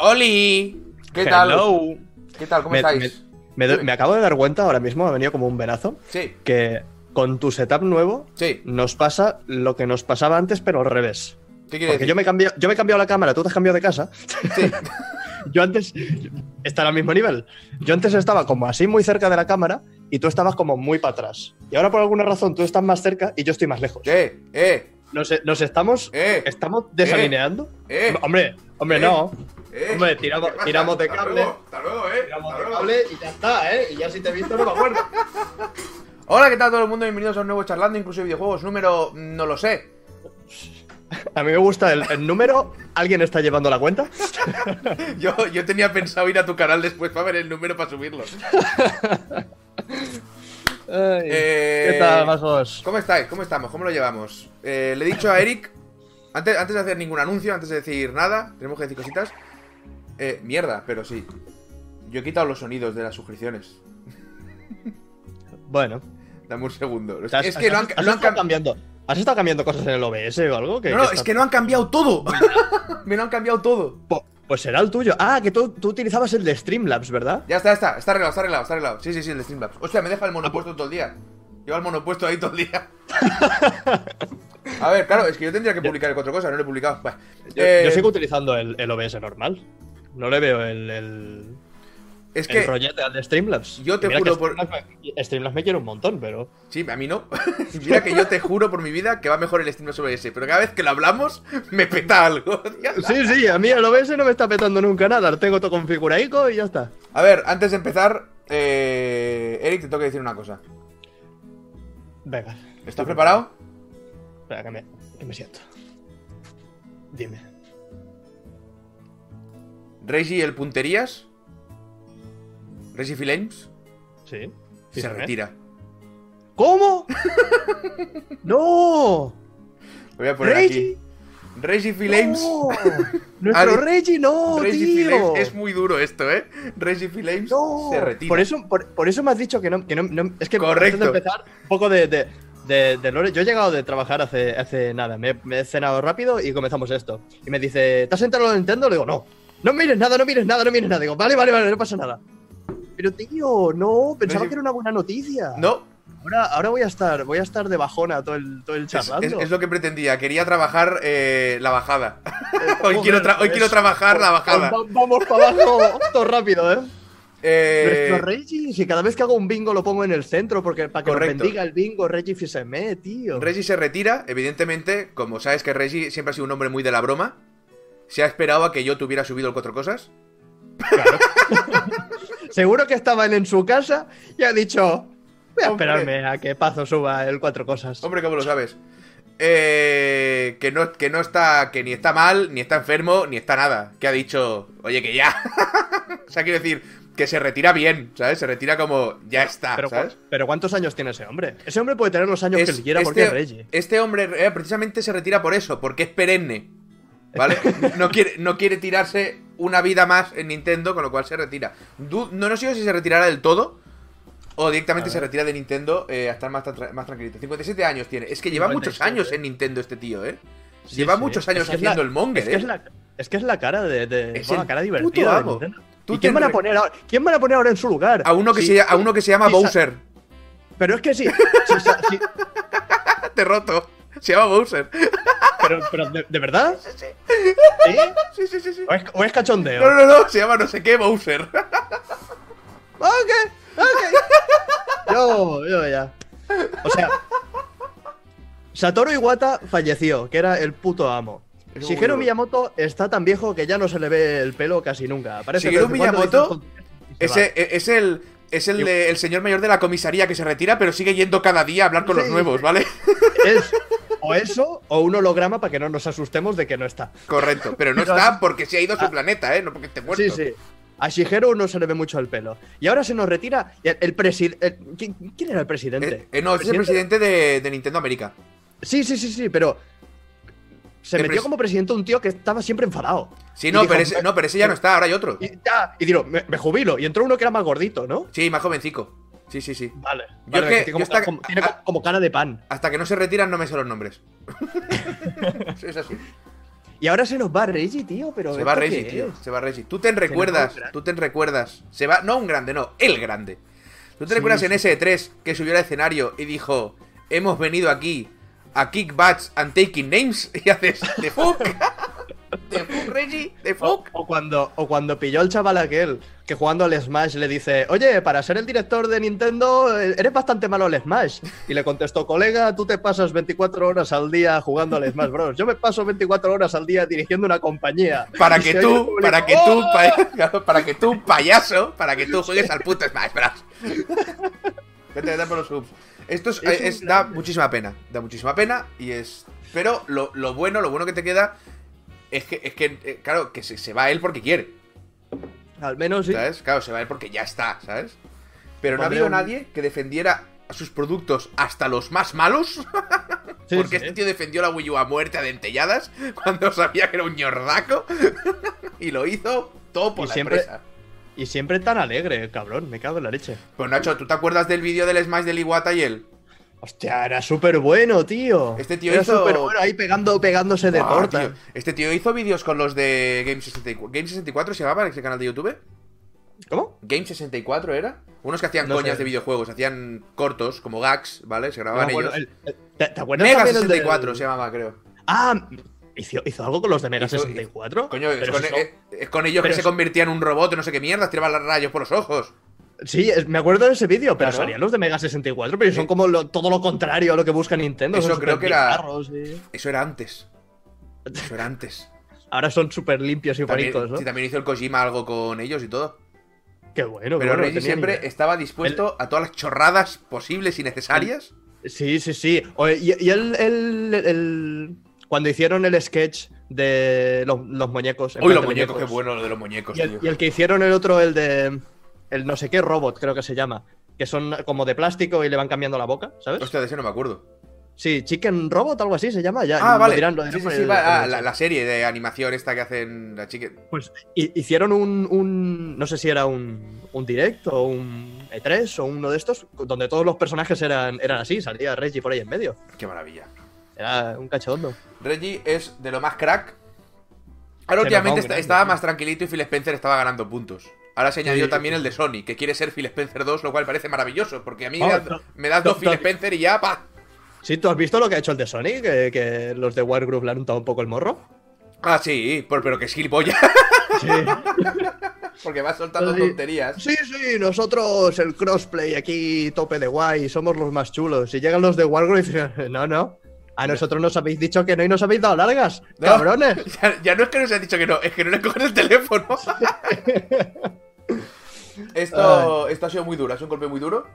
¡Oli! ¿Qué tal? Hello. ¿Qué tal? ¿Cómo Me- estáis? Me, do- Dime. me acabo de dar cuenta ahora mismo, me ha venido como un venazo, Sí, que con tu setup nuevo sí. nos pasa lo que nos pasaba antes, pero al revés. ¿Qué quieres Porque decir? yo me, he cambiado- yo me he cambiado la cámara, tú te has cambiado de casa. Sí. Yo antes está al mismo nivel. Yo antes estaba como así muy cerca de la cámara y tú estabas como muy para atrás. Y ahora por alguna razón tú estás más cerca y yo estoy más lejos. Eh, eh, Nos, nos estamos, eh, estamos desalineando. eh. Hombre, hombre, Eh. no. eh. Hombre, tiramos- ¿Qué pasa? tiramos de Hasta cable. luego, Hasta luego, eh. Tiramos Hasta de luego. cable y ya está, ¿eh? Y ya si te he visto no me acuerdo. Hola, ¿qué tal todo el mundo? Bienvenidos a un nuevo charlando, incluso videojuegos número. mm, no lo sé. A mí me gusta el, el número. ¿Alguien está llevando la cuenta? Yo, yo tenía pensado ir a tu canal después para ver el número para subirlo. Eh, ¿Qué tal, Vasos? ¿Cómo estáis? ¿Cómo estamos? ¿Cómo lo llevamos? Eh, le he dicho a Eric, antes, antes de hacer ningún anuncio, antes de decir nada, tenemos que decir cositas. Eh, mierda, pero sí. Yo he quitado los sonidos de las suscripciones. Bueno, pues Dame un segundo. ¿has- Es que lo han, has lo han estado cam- cambiando. ¿Has estado cambiando cosas en el OBS o algo? No, no, está- es que no han cambiado todo. Me lo han cambiado todo. Po- Pues será el tuyo. Ah, que tú, tú utilizabas el de Streamlabs, ¿verdad? Ya está, ya está. Está arreglado, está arreglado, está arreglado. Sí, sí, sí, el de Streamlabs. Hostia, me deja el monopuesto todo el día. Lleva el monopuesto ahí todo el día. A ver, claro, es que yo tendría que publicar cuatro cosas, no lo he publicado. Bah. Yo, Eh, yo sigo utilizando el, el OBS normal. No le veo el, el, es el que rollete al de Streamlabs. Yo te Y mira que juro por- Streamlabs, me, Streamlabs me quiere un montón, pero. Sí, a mí no. Mira que yo te juro por mi vida que va mejor el stream sobre ese, pero cada vez que lo hablamos me peta algo. Sí, sí, a mí el OBS no me está petando nunca nada. Lo tengo todo configuraico y ya está. A ver, antes de empezar, eh, Eric, te tengo que decir una cosa. Venga. ¿Estás preparado? Espera, que me, que me siento. Dime. Reisi el punterías, Reisi Filames, se Sí. fíjame. retira. ¿Cómo? ¡No! Lo voy a poner Reggie. aquí. Reisi Filames. ¡No! ¡Nuestro Ari- Reggie, no, tío! es muy duro esto, ¿eh? Reisi Filames No. se retira. Por eso, por, por eso me has dicho que no. que no- no- es que Correcto. antes de empezar, un poco de, de, de- de lore. Yo he llegado de trabajar hace, hace nada. Me, me he cenado rápido y comenzamos esto. Y me dice, ¿te has entrado en Nintendo? Le digo, no. No mires nada, no mires nada, no mires nada. Digo, vale, vale, vale, no pasa nada. Pero tío, no, pensaba sí. que era una buena noticia. No, Ahora, ahora voy a estar, voy a estar de bajona todo el, todo el es, charlando. es- es lo que pretendía. Quería trabajar eh, la bajada. hoy, Joder, quiero tra- hoy es- quiero trabajar la bajada. Va- Vamos para abajo, todo rápido, ¿eh? Eh, Nuestro Reggie, si cada vez que hago un bingo lo pongo en el centro porque para que nos Correcto. bendiga el bingo Reggie Fiseme, tío. Reggie se retira, evidentemente, como sabes que Reggie siempre ha sido un hombre muy de la broma, se ha esperado a que yo tuviera subido el cuatro cosas. Seguro que estaban en su casa y ha dicho, voy a Hombre. esperarme a que Pazo suba el cuatro cosas. Hombre, ¿cómo lo sabes? Eh, que, no, que no está, que ni está mal, ni está enfermo, ni está nada. Que ha dicho, oye, que ya. o sea, quiero decir, que se retira bien, ¿sabes? Se retira como, ya está, pero, ¿sabes? cu- pero ¿cuántos años tiene ese hombre? Ese hombre puede tener los años Es- que él quiera porque es Reggie. este hombre eh, precisamente se retira por eso, porque es perenne. ¿Vale? No quiere, no quiere tirarse una vida más en Nintendo, con lo cual se retira. Du- no, no sé yo si se retirará del todo o directamente A se ver. retira de Nintendo eh, a estar más, tra- más tranquilito. 57 años tiene. Es que lleva muchos 57, años eh. en Nintendo este tío, ¿eh. Sí, lleva sí. muchos Es años que es haciendo la- el monger, Es que ¿eh? es la, es que es la cara de... de- Es bueno, el la cara puto divertida de amo. Nintendo. Tú ¿Y te quién van a re- poner ahora? ¿Quién van a poner ahora en su lugar? A uno que, Sí, se, lla- a uno que se llama sí, sa- Bowser. Pero es que sí. sí, sa- sí, Te roto. Se llama Bowser. pero pero de, de verdad? ¿Sí? Sí, sí, sí, sí. ¿O es, o es cachondeo? No, no, no. Se llama no sé qué Bowser. Ok, ok. Yo, yo ya. O sea, Satoru Iwata falleció, que era el puto amo. Es muy Shigeru duro. Miyamoto está tan viejo que ya no se le ve el pelo casi nunca. Parece Shigeru que de vez en Miyamoto cuando dice un- y se va. Ese, e- es el, es el, de- el señor mayor de la comisaría que se retira, pero sigue yendo cada día a hablar con los Sí. nuevos, ¿vale? Es o eso o un holograma para que no nos asustemos de que no está. Correcto, pero no Pero Ah. está porque se ha ido a su planeta, ¿eh? No porque esté muerto. Sí, sí. A Shigeru no se le ve mucho el pelo. Y ahora se nos retira el, el presidente. ¿quién, quién era el presidente? Eh, eh, no, es el ¿Presidente? presidente de, de Nintendo América. Sí, sí, sí, sí, pero. Se El metió pres- como presidente un tío que estaba siempre enfadado. Sí, Y no, dijo, pero ese, no, pero ese ya no está, ahora hay otro. Y, ya, y digo, me, me jubilo. Y entró uno que era más gordito, ¿no? Sí, más jovencico. Sí, sí, sí. Vale. Yo es que- tiene como, yo está- como- tiene como- como cara de pan. Hasta que no se retiran no me sé los nombres. Sí, es así. Y ahora se nos va Reggie, tío, pero. Se ¿esto va qué Reggie, es? tío. Se va Reggie. Tú te va recuerdas, un gran- tú te recuerdas. Se va, no un grande, no, el grande. ¿Tú te Sí, recuerdas en sí. S3 que subió al escenario y dijo: Hemos venido aquí a kick butts and taking names? Y haces: ¿The fuck? ¿The fuck, Reggie? ¿The O, fuck? o cuando, o cuando pilló el chaval aquel que jugando al Smash le dice, oye, para ser el director de Nintendo eh, eres bastante malo al Smash. Y le contestó, colega, tú te pasas 24 horas al día jugando al Smash Bros. Yo me paso 24 horas al día dirigiendo una compañía. Para Y que se oye el tú, público, para que "Oh". tú, pa- para que tú, payaso, para que tú juegues al puto Smash Bros. Vete, vete por los subs. Esto es- eh, Es es- un da grande. muchísima pena, da muchísima pena y es... Pero lo, lo bueno, lo bueno que te queda es que, es que eh, claro, que se, se va él porque quiere, Al menos sí. ¿sabes? Claro, se va él porque ya está, ¿sabes? Pero no ha Pondré habido un- nadie que defendiera sus productos hasta los más malos, Sí, porque sí. este tío defendió la Wii U a muerte a dentelladas cuando sabía que era un ñordaco y lo hizo todo por Y la siempre- empresa. Y siempre tan alegre, cabrón, me cago en la leche. Pues Nacho, ¿tú te acuerdas del vídeo del Smash del Iwata y él? Hostia, era súper bueno, tío. Este tío era hizo- súper bueno ahí pegando, pegándose de Buah, torta. tío. Este tío hizo vídeos con los de Game 64. ¿Game 64 se llamaba ese canal de YouTube? ¿Cómo? ¿Game 64 era? Unos que hacían No coñas sé. de videojuegos, hacían cortos, como gags, ¿vale? Se No grababan me acuerdo, ellos. el- el- ¿Te, te acuerdas Mega también el del- 64 se llamaba, creo. Ah, ¿hizo, hizo algo con los de Mega Hizo- 64? Coño, es Pero con, si son- eh, es con ellos que pero se eso- convertían en un robot, o no sé qué mierdas, tiraban los rayos por los ojos. Sí, es- me acuerdo de ese vídeo, pero Claro. salían los de Mega 64, pero son Sí. como lo- todo lo contrario a lo que busca Nintendo. Eso son creo que era- superpicarros y- Eso era antes. Eso era antes. Ahora son súper limpios y También, bonitos, ¿no? sí, también hizo el Kojima algo con ellos y todo. Qué bueno, qué Pero bueno, no Reggie tenía ni siempre idea. estaba dispuesto a todas las chorradas posibles y necesarias. Sí, sí, sí. O- y y el, el- el- Cuando hicieron el sketch de los, los muñecos. en Uy, plan los de muñecos, qué bueno lo de los muñecos, Y el, tío. y el que hicieron el otro, el de. El no sé qué robot, creo que se llama. Que son como de plástico y le van cambiando la boca, ¿sabes? Hostia, de ese no me acuerdo. Sí, Chicken Robot, algo así se llama. Ya, Ah, lo vale. dirán, lo dirán Sí, sí, por sí, el- va- por ah, el la, chat. la serie de animación esta que hacen la chica. Pues hi- hicieron un, un- No sé si era un, un direct o un E3 o uno de estos, donde todos los personajes eran, eran así, salía Reggie por ahí en medio. Qué maravilla. Era un cachondo. Reggie es de lo más crack. Ahora Se nos va un últimamente está- grande, estaba tío. más tranquilito y Phil Spencer estaba ganando puntos. Ahora se añadió Sí. también el de Sony, que quiere ser Phil Spencer 2, lo cual parece maravilloso, porque a mí Vamos, me, no- das, me das dos no- Phil no- Spencer y ya, pa. Sí, ¿tú has visto lo que ha hecho el de Sony? Que, que los de War Group le han untado un poco el morro. Ah, sí, por- pero que es gilipollas, Sí. porque va soltando Sí. tonterías. sí, sí, nosotros el crossplay aquí, tope de guay, somos los más chulos. Y llegan los de War Group y dicen, no, no. A nosotros nos habéis dicho que no y nos habéis dado largas, No. cabrones. Ya, ya no es que nos ha dicho que no, es que no le cogen el teléfono. esto, esto ha sido muy duro, ha sido un golpe muy duro.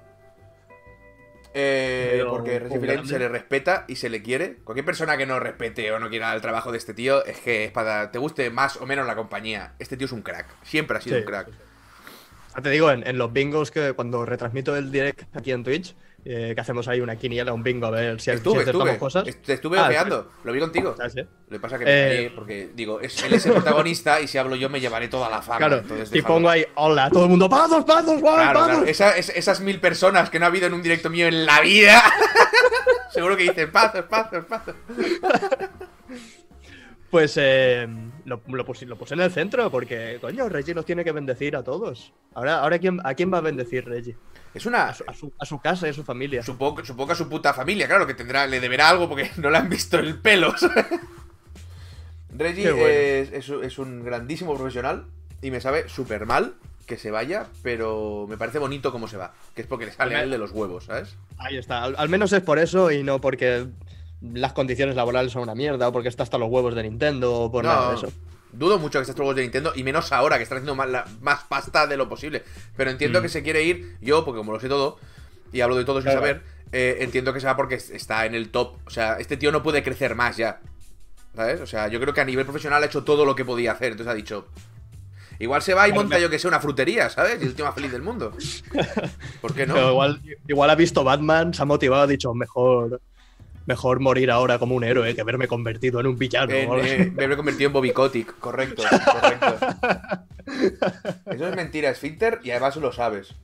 Eh, Pero porque un Reggie poco Fils se le grande. respeta y se le quiere. Cualquier persona que no respete o no quiera el trabajo de este tío es que es para te guste más o menos la compañía. Este tío es un crack, siempre ha sido Sí. un crack. Ya te digo, en, en los bingos que cuando retransmito el direct aquí en Twitch, eh, que hacemos ahí una quiniela, un bingo, a ver si, si Estuve, acertamos estuve, cosas. est- te estuve Ah, ojeando, lo vi contigo. ¿sabes, eh? Lo que pasa que me Eh. callé porque digo, es, él es el protagonista y si hablo yo me llevaré toda la fama. Claro, entonces y déjalo. pongo ahí, hola, todo el mundo, pazos, pazos, guau, Claro, pazos. claro. Esa- es- esas mil personas que no ha habido en un directo mío en la vida. Seguro que dicen pazos, pazos, pazos. Pues eh, lo, lo puse, lo puse en el centro porque, coño, Reggie nos tiene que bendecir a todos. Ahora, ahora ¿quién, ¿a quién va a bendecir Reggie? Es una. A su, a su- a su casa y a su familia. Supongo, supongo que a su puta familia, claro, que tendrá, le deberá algo porque no le han visto el pelo. ¿sabes? Reggie Qué bueno. es, es un- es un grandísimo profesional y me sabe súper mal que se vaya, pero me parece bonito cómo se va. Que es porque le sale a él de los huevos, ¿sabes? Ahí está, al, al menos es por eso y no porque las condiciones laborales son una mierda o porque está hasta los huevos de Nintendo o por No, nada de eso. Dudo mucho que estos juegos de Nintendo, y menos ahora, que están haciendo más, la- más pasta de lo posible. Pero entiendo Mm. que se quiere ir, yo, porque como lo sé todo, y hablo de todo sin Claro. saber, eh, entiendo que se va porque es- está en el top. O sea, este tío no puede crecer más ya. ¿Sabes? O sea, yo creo que a nivel profesional ha hecho todo lo que podía hacer. Entonces ha dicho. Igual se va y Claro, monta, me- yo que sé, una frutería, ¿sabes? Y el tío más feliz del mundo. ¿Por qué Pero no? igual, igual ha visto Batman, se ha motivado, ha dicho, mejor, mejor morir ahora como un héroe que haberme convertido en un villano. En, o algo eh, así. me he convertido en Bobby Kotick, correcto, correcto. Eso es mentira, es filter y además lo sabes.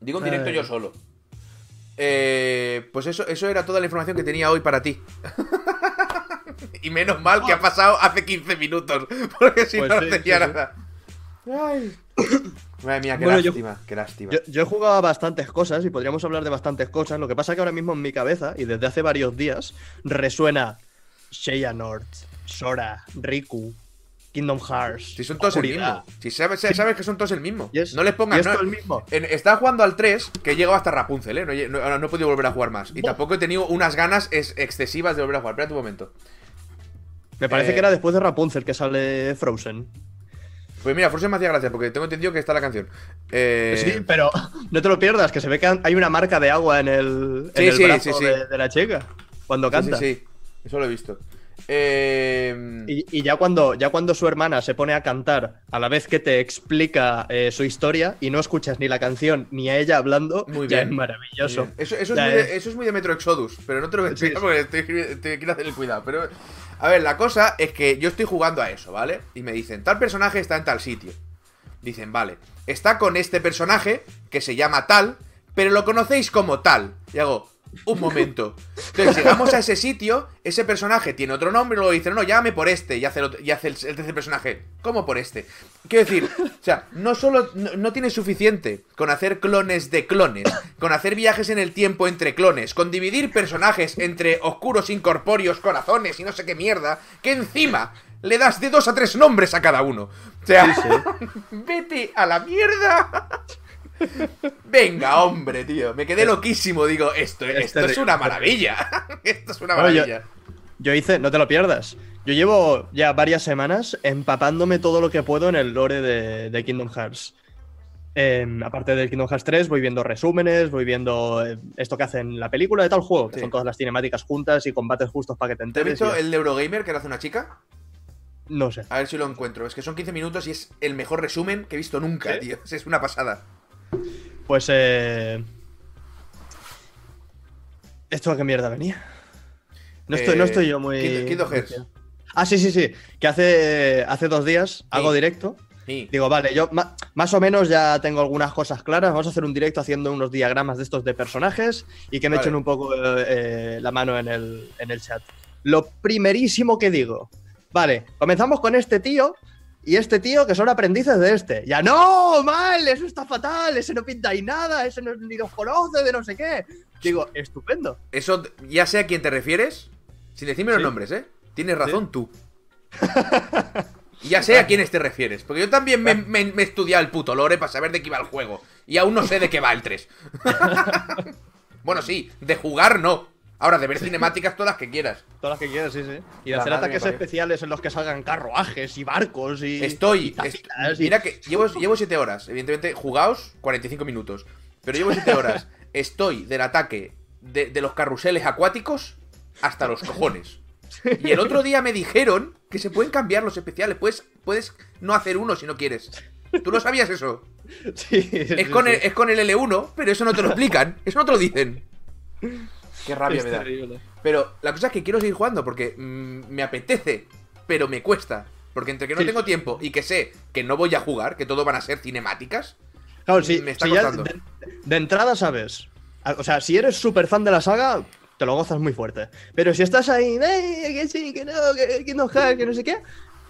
Digo en directo Ay. yo solo. Eh, pues eso, eso era toda la información que tenía hoy para ti. Y menos mal que ha pasado hace 15 minutos, porque si Ah. Pues no, sí, no tenía sí, sí. nada. Ay. Madre mía, qué Bueno, yo- lástima, qué lástima. Yo, yo he jugado a bastantes cosas y podríamos hablar de bastantes cosas. Lo que pasa es que ahora mismo en mi cabeza y desde hace varios días resuena Seiya North, Sora, Riku, Kingdom Hearts. Si son todos el Oscuridad. mismo. Si sabes, sabes que son todos el mismo. Y es- no les y pongas. es No, todo el mismo. en- estaba jugando al 3, que he llegado hasta Rapunzel, ¿eh? No, he- no- no he podido volver a jugar más. Y Buah. tampoco he tenido unas ganas es- excesivas de volver a jugar. Espérate un momento. Me parece Eh, que era después de Rapunzel que sale Frozen. Pues mira, Frozen me hacía gracia, porque tengo entendido que está la canción. Eh, Sí, pero no te lo pierdas, que se ve que han- hay una marca de agua en el, en Sí, el sí, brazo sí, sí. De, de la chica cuando sí, canta. sí, sí. Eso lo he visto. Eh, Y, y ya, cuando, ya cuando su hermana se pone a cantar a la vez que te explica eh, su historia y no escuchas ni la canción ni a ella hablando, Muy ya bien. es maravilloso. Bien. eh, Eso, eso es Ya muy es. de, eso es muy de Metro Exodus, pero no te lo voy a Sí, explicar sí. porque estoy, te quiero hacer el cuidado. Pero, a ver, la cosa es que yo estoy jugando a eso, ¿vale? Y me dicen, tal personaje está en tal sitio. Dicen, vale, está con este personaje que se llama tal, pero lo conocéis como tal. Y hago, un momento. Entonces llegamos a ese sitio, ese personaje tiene otro nombre, y luego dicen, no, llámame por este, y hace el, otro- y hace el, el tercer personaje, ¿cómo por este? Quiero decir, o sea, no solo no, no tiene suficiente con hacer clones de clones, con hacer viajes en el tiempo entre clones, con dividir personajes entre oscuros, incorpóreos, corazones y no sé qué mierda, que encima le das de dos a tres nombres a cada uno. O sea, vete a la mierda. Venga, hombre, tío. Me quedé loquísimo. Digo, esto, Es esto es terrible. una maravilla. Esto es una Bueno, yo- maravilla. Yo hice, no te lo pierdas. Yo llevo ya varias semanas empapándome todo lo que puedo en el lore de, de Kingdom Hearts. Em, aparte del Kingdom Hearts 3, voy viendo resúmenes, voy viendo eh, esto que hacen en la película de tal juego, que Sí. son todas las cinemáticas juntas y combates justos para que te ¿Te has enteres. visto y- el de Eurogamer que lo hace una chica? No sé. A ver si lo encuentro. Es que son 15 minutos y es el mejor resumen que he visto nunca, ¿Sí? tío. Es una pasada. Pues eh... ¿Esto a qué mierda venía? No estoy, no Eh, estoy yo muy. Kid- Kid O'Hearts. Ah, sí, sí, sí. Que hace, hace dos días hago directo. Sí. Digo, vale, yo ma- más o menos ya tengo algunas cosas claras. Vamos a hacer un directo haciendo unos diagramas de estos de personajes y que me Vale. echen un poco eh, eh, la mano en el, en el chat. Lo primerísimo que digo, vale, comenzamos con este tío y este tío que son aprendices de este. Ya no, mal, eso está fatal, ese no pinta ahí nada, ese no, ni los conoce de no sé qué. Digo, estupendo. Eso, ya sé a quién te refieres. Sin decirme los Sí. nombres, ¿eh? Tienes razón tú. Y ya sé a quiénes te refieres. Porque yo también me, me, me he estudiado el puto lore para saber de qué iba el juego. Y aún no sé de qué va el 3. bueno, sí, de jugar no. Ahora, de ver cinemáticas todas las que quieras. Todas las que quieras, sí, sí. Y de La madre hacer que ataques parió. especiales en los que salgan carruajes y barcos y. Estoy. y est- tapinas y- mira que llevo, llevo 7 horas. Evidentemente, jugaos 45 minutos. Pero llevo 7 horas. Estoy del ataque de, de los carruseles acuáticos hasta los cojones. Y el otro día me dijeron que se pueden cambiar los especiales. Puedes, puedes no hacer uno si no quieres. ¿Tú no sabías eso? Sí, sí, Es con, sí. el, es con el L1, pero eso no te lo explican. Eso no te lo dicen. Qué rabia Es me da. terrible. Pero la cosa es que quiero seguir jugando porque mm, me apetece, pero me cuesta. Porque entre que no Sí. tengo tiempo y que sé que no voy a jugar, que todo van a ser cinemáticas. Claro, si, Me está si ya costando. de, de entrada sabes. a- O sea, si eres súper fan de la saga, te lo gozas muy fuerte. Pero si estás ahí, "Eh, que sí, que no, que, que no hack, que no sé qué,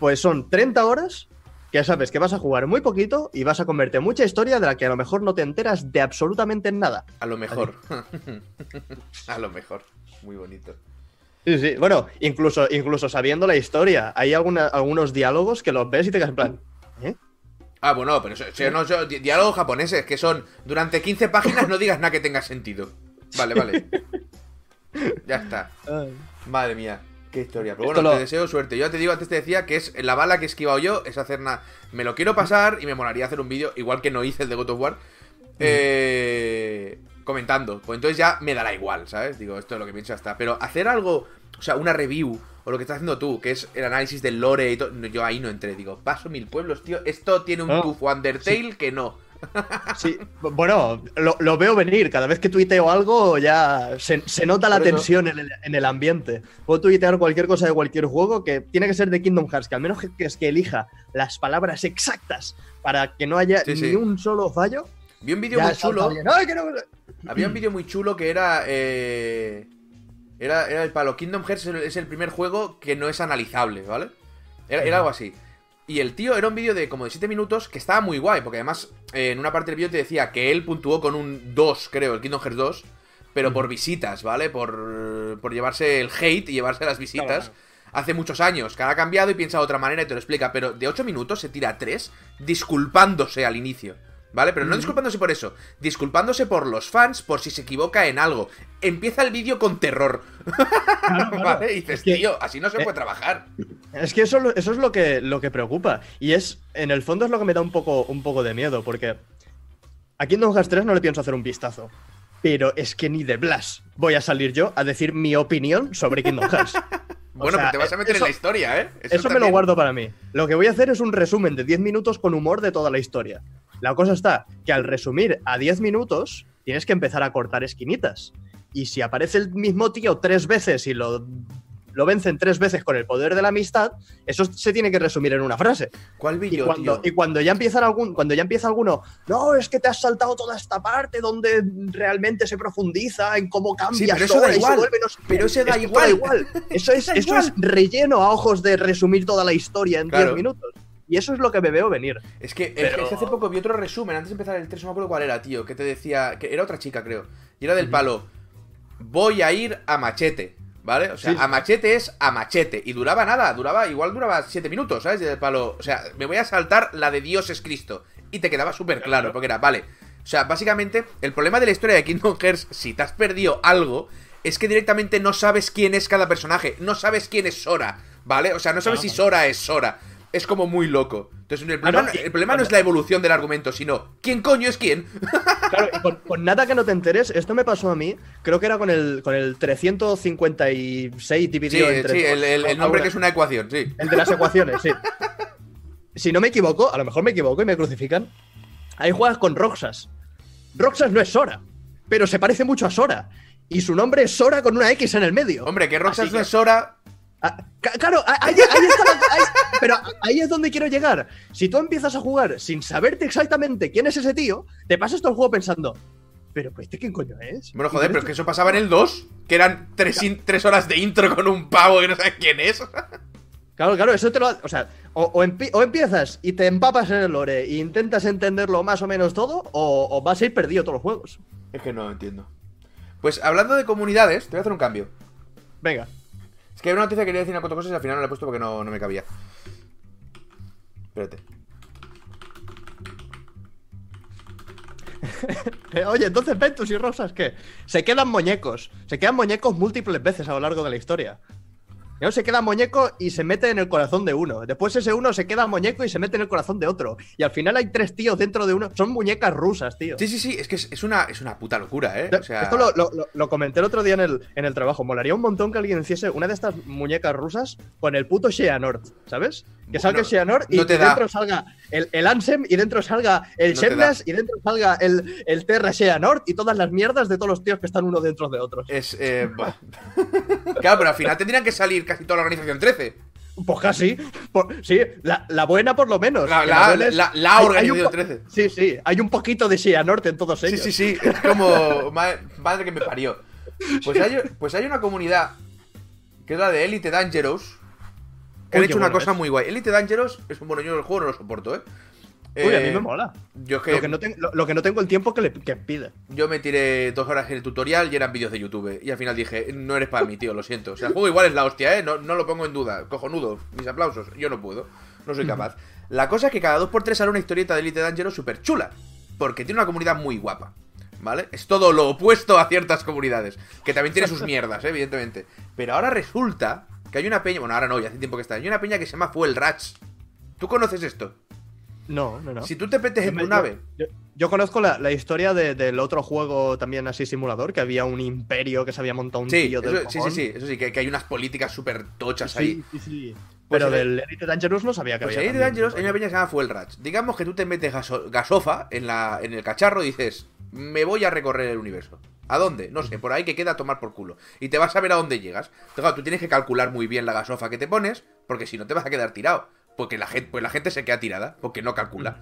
pues son 30 horas que ya sabes que vas a jugar muy poquito y vas a convertir mucha historia de la que a lo mejor no te enteras de absolutamente nada. A lo mejor. a lo mejor. Muy bonito. Sí, sí. Bueno, incluso, incluso sabiendo la historia, hay alguna- algunos diálogos que los ves y te quedas en plan. ¿eh? Ah, bueno, pero eso, eso no, eso- di- diálogos japoneses que son durante 15 páginas no digas nada que tenga sentido. Vale, vale. Ya está. Madre mía, qué historia. Pero bueno, Esto lo- te deseo suerte. Yo ya te digo, antes te decía que es la bala que he esquivado yo es hacer nada. Me lo quiero pasar y me molaría hacer un vídeo, igual que no hice el de God of War, eh, comentando. Pues entonces ya me dará igual, ¿sabes? Digo, esto es lo que pienso hasta. Pero hacer algo, o sea, una review o lo que estás haciendo tú, que es el análisis del lore y todo, no, yo ahí no entré. Digo, paso mil pueblos, tío. Esto tiene un Ah, tufo Undertale que no. Sí, bu- bueno, lo, lo veo venir. Cada vez que tuiteo algo ya se, se nota la Por eso- tensión en el, en el ambiente. Puedo tuitear cualquier cosa de cualquier juego que tiene que ser de Kingdom Hearts, que al menos que, que es que elija las palabras exactas para que no haya Sí, sí. ni un solo fallo. Vi un vídeo Ya muy salta chulo. alguien, "Ay, que no-". Había un vídeo muy chulo que era. eh, Era, era el palo. Kingdom Hearts es el primer juego que no es analizable, ¿vale? Era, era algo así. Y el tío era un vídeo de como de 7 minutos que estaba muy guay, porque además eh, en una parte del vídeo te decía que él puntuó con un 2, creo, el Kingdom Hearts 2, pero por visitas, ¿vale? Por, por llevarse el hate y llevarse las visitas. Claro. Hace muchos años, que ahora ha cambiado y piensa de otra manera y te lo explica, pero de 8 minutos se tira 3 disculpándose al inicio, ¿vale? Pero no disculpándose por eso, disculpándose por los fans, por si se equivoca en algo. Empieza el vídeo con terror, ¿vale? Y dices, Es que- tío, así no se Eh, puede trabajar. Es que eso, es lo- eso es lo que, lo que preocupa. Y es, en el fondo, es lo que me da un poco, un poco de miedo, porque a Kingdom Hearts 3 no le pienso hacer un vistazo. Pero es que ni de Blas voy a salir yo a decir mi opinión sobre Kingdom Hearts. O Bueno, pero sea, te vas a meter eso- en la historia, ¿eh? Eso, me lo también. guardo para mí. Lo que voy a hacer es un resumen de 10 minutos con humor de toda la historia. La cosa está que al resumir a 10 minutos tienes que empezar a cortar esquinitas. Y si aparece el mismo tío tres veces y lo, lo vencen tres veces con el poder de la amistad, eso se tiene que resumir en una frase. ¿Cuál vi Y yo, cuando, tío? y cuando ya empiezan algún, cuando ya empieza alguno, no, es que te has saltado toda esta parte donde realmente se profundiza en cómo cambia pero eso da igual. Pero ese da igual. Eso es, Da eso igual. es relleno a ojos de resumir toda la historia en 10 Claro. minutos. Y eso es lo que me veo venir. Es que, es Pero- que hace poco vi otro resumen, antes de empezar el 3, no me acuerdo cuál era, tío, que te decía, que era otra chica, creo, y era del palo, voy a ir a machete, ¿vale? O sea, Sí, sí. a machete es a machete, y duraba nada, duraba, igual duraba 7 minutos, ¿sabes? Y del palo, o sea, me voy a saltar la de Dios es Cristo, y te quedaba súper claro, porque era, vale, o sea, básicamente, el problema de la historia de Kingdom Hearts, si te has perdido algo, es que directamente no sabes quién es cada personaje, no sabes quién es Sora, ¿vale? O sea, no sabes si Sora es Sora. Es como muy loco. Entonces, el problema, no, no, y- el problema no es la evolución del argumento, sino quién coño es quién. Claro, y con, con nada que no te enteres, esto me pasó a mí, creo que era con el, con el 356 Sí, dividido entre. Ah, sí, el, el- el nombre alguna- que es una ecuación, sí. El de las ecuaciones, sí. Si no me equivoco, a lo mejor me equivoco y me crucifican. Ahí juegas con Roxas. Roxas no es Sora, pero se parece mucho a Sora. Y su nombre es Sora con una X en el medio. Hombre, que Roxas Así no que- es Sora. Ah, ca- claro, ah, ahí, ahí está la- ahí- pero ahí es donde quiero llegar. Si tú empiezas a jugar sin saberte exactamente quién es ese tío, te pasas todo el juego pensando, pero pues, ¿este quién coño es? Bueno, ¿Y joder, pero quién es que eso pasaba en el 2, que eran 3 horas de intro con un pavo que no sabes quién es. Claro, claro, eso te lo. O sea, o, o empi- o empiezas y te empapas en el lore e intentas entenderlo más o menos todo, o, o vas a ir perdido todos los juegos. Es que no lo entiendo. Pues hablando de comunidades, te voy a hacer un cambio. Venga. Es que hay una noticia que quería decir una cuatro cosas y al final no la he puesto porque no, no me cabía. Espérate. Eh, Oye, entonces Ventus y Rosas, ¿qué? Se quedan muñecos. Se quedan muñecos múltiples veces a lo largo de la historia. Primero se queda muñeco y se mete en el corazón de uno. Después ese uno se queda muñeco y se mete en el corazón de otro. Y al final hay tres tíos dentro de uno. Son muñecas rusas, tío. Sí, sí, sí, es que es, es una, es una puta locura, ¿eh? Lo- O sea, Esto lo, lo- lo- lo comenté el otro día en el, en el trabajo. Molaría un montón que alguien hiciese una de estas muñecas rusas con el puto Sheanort, ¿sabes? Que salga No, el Sheanort y, no te y da. dentro salga el, el Ansem y dentro salga el No te Shemnas y dentro salga el, el Terra Sheanort y todas las mierdas de todos los tíos que están uno dentro de otros. es. eh, buah. claro, pero al final tendrían que salir casi toda la organización 13. Pues casi. Por- sí, la, la buena por lo menos. La- Que la- buena es- la- la hay- hay organización un po- 13. Sí, sí. Hay un poquito de Sheanort en todos Sí, ellos. sí, sí, es como. ma- Madre que me parió. Pues hay, pues hay una comunidad que es la de Elite Dangerous. Que han Oye, hecho una bueno, cosa es- muy guay. Elite Dangerous es un bueno, yo el juego no lo soporto, ¿eh? Uy, a mí Eh, me mola. Yo es que, Lo que, no ten- lo- lo que no tengo el tiempo que, le, que pide. yo me tiré dos horas en el tutorial y eran vídeos de YouTube. Y al final dije, no eres para mí, tío, lo siento. O sea, el juego igual es la hostia, ¿eh? No, no lo pongo en duda. Cojonudo, mis aplausos. Yo no puedo. No soy capaz. La cosa es que cada 2x3 sale una historieta de Elite Dangerous súper chula. Porque tiene una comunidad muy guapa. ¿Vale? Es todo lo opuesto a ciertas comunidades. Que también tiene sus mierdas, ¿eh? evidentemente. Pero ahora resulta que hay una peña. Bueno, ahora no, ya hace tiempo que está. Hay una peña que se llama Fuel Rats. ¿Tú conoces esto? No, no, no. Si tú te metes en Yo- tu nave. Yo, yo conozco la, la historia de- del otro juego también así simulador, que había un imperio que se había montado un Sí, tío del eso- sí, sí, cojón. sí, eso sí, que, que hay unas políticas súper tochas ahí. Sí, sí, sí. Pues Pero el- del Elite Dangerous no sabía que Pues había. ahí de también. Dangerous hay una peña que se llama Fuelrats. Digamos que tú te metes gaso- gasofa en, la, en el cacharro y dices, me voy a recorrer el universo. ¿A dónde? No sé, por ahí que queda a tomar por culo. Y te vas a ver a dónde llegas. Entonces, claro, tú tienes que calcular muy bien la gasofa que te pones, porque si no te vas a quedar tirado. Porque la gente, pues la gente se queda tirada, porque no calcula.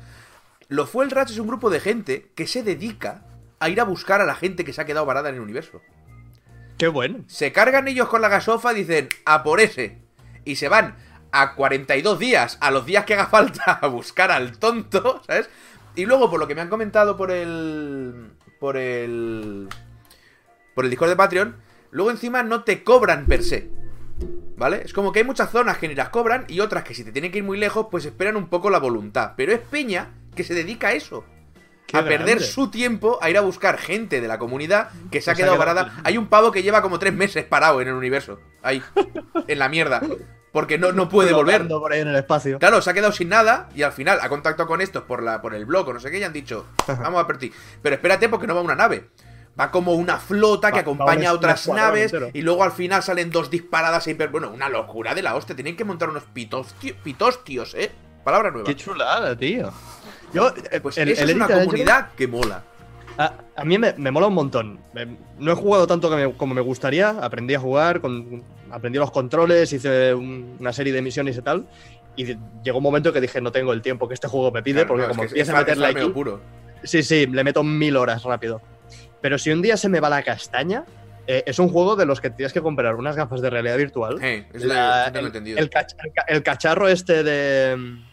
Los Fuelrats es un grupo de gente que se dedica a ir a buscar a la gente que se ha quedado varada en el universo. Qué bueno. Se cargan ellos con la gasofa, dicen, a por ese. Y se van a 42 días, a los días que haga falta, a buscar al tonto, ¿sabes? Y luego, por lo que me han comentado por el. Por el. Por el Discord de Patreon, luego encima no te cobran per se. ¿Vale? Es como que hay muchas zonas que ni las cobran y otras que si te tienen que ir muy lejos, pues esperan un poco la voluntad. Pero es Peña que se dedica a eso. Qué a perder grande. su tiempo a ir a buscar gente de la comunidad que se ha Que se ha quedado quedado- varada. Hay un pavo que lleva como tres meses parado en el universo. Ahí. En la mierda. Porque no, no puede volver. Flotando por ahí en el espacio. Claro, se ha quedado sin nada y al final ha contactado con estos por, la, por el blog o no sé qué y han dicho, vamos a partir. Pero espérate porque no va una nave. Va como una flota que Va- va acompaña a un- otras un escuadrón naves entero. y luego al final salen dos disparadas hiper... Bueno, una locura de la hostia. Tienen que montar unos pitostio- pitostios, ¿eh? Palabra nueva. Qué chulada, tío. Yo, eh, Pues el- esa el es una Elite Dangerous- comunidad que mola. A, Ah, a mí me, me mola un montón. Me- no he jugado tanto que me- como me gustaría. Aprendí a jugar, con- aprendí los controles, hice un- una serie de misiones y tal. Y de- llegó un momento que dije, no tengo el tiempo que este juego me pide, Claro, porque no, es como que es- empieza es a meterla farmeo aquí, puro. Sí, sí, le meto mil horas rápido. Pero si un día se me va la castaña, eh, es un juego de los que tienes que comprar unas gafas de realidad virtual. Eh, eso La- tengo el, entendido. el cach- el ca- el cacharro este de. mm,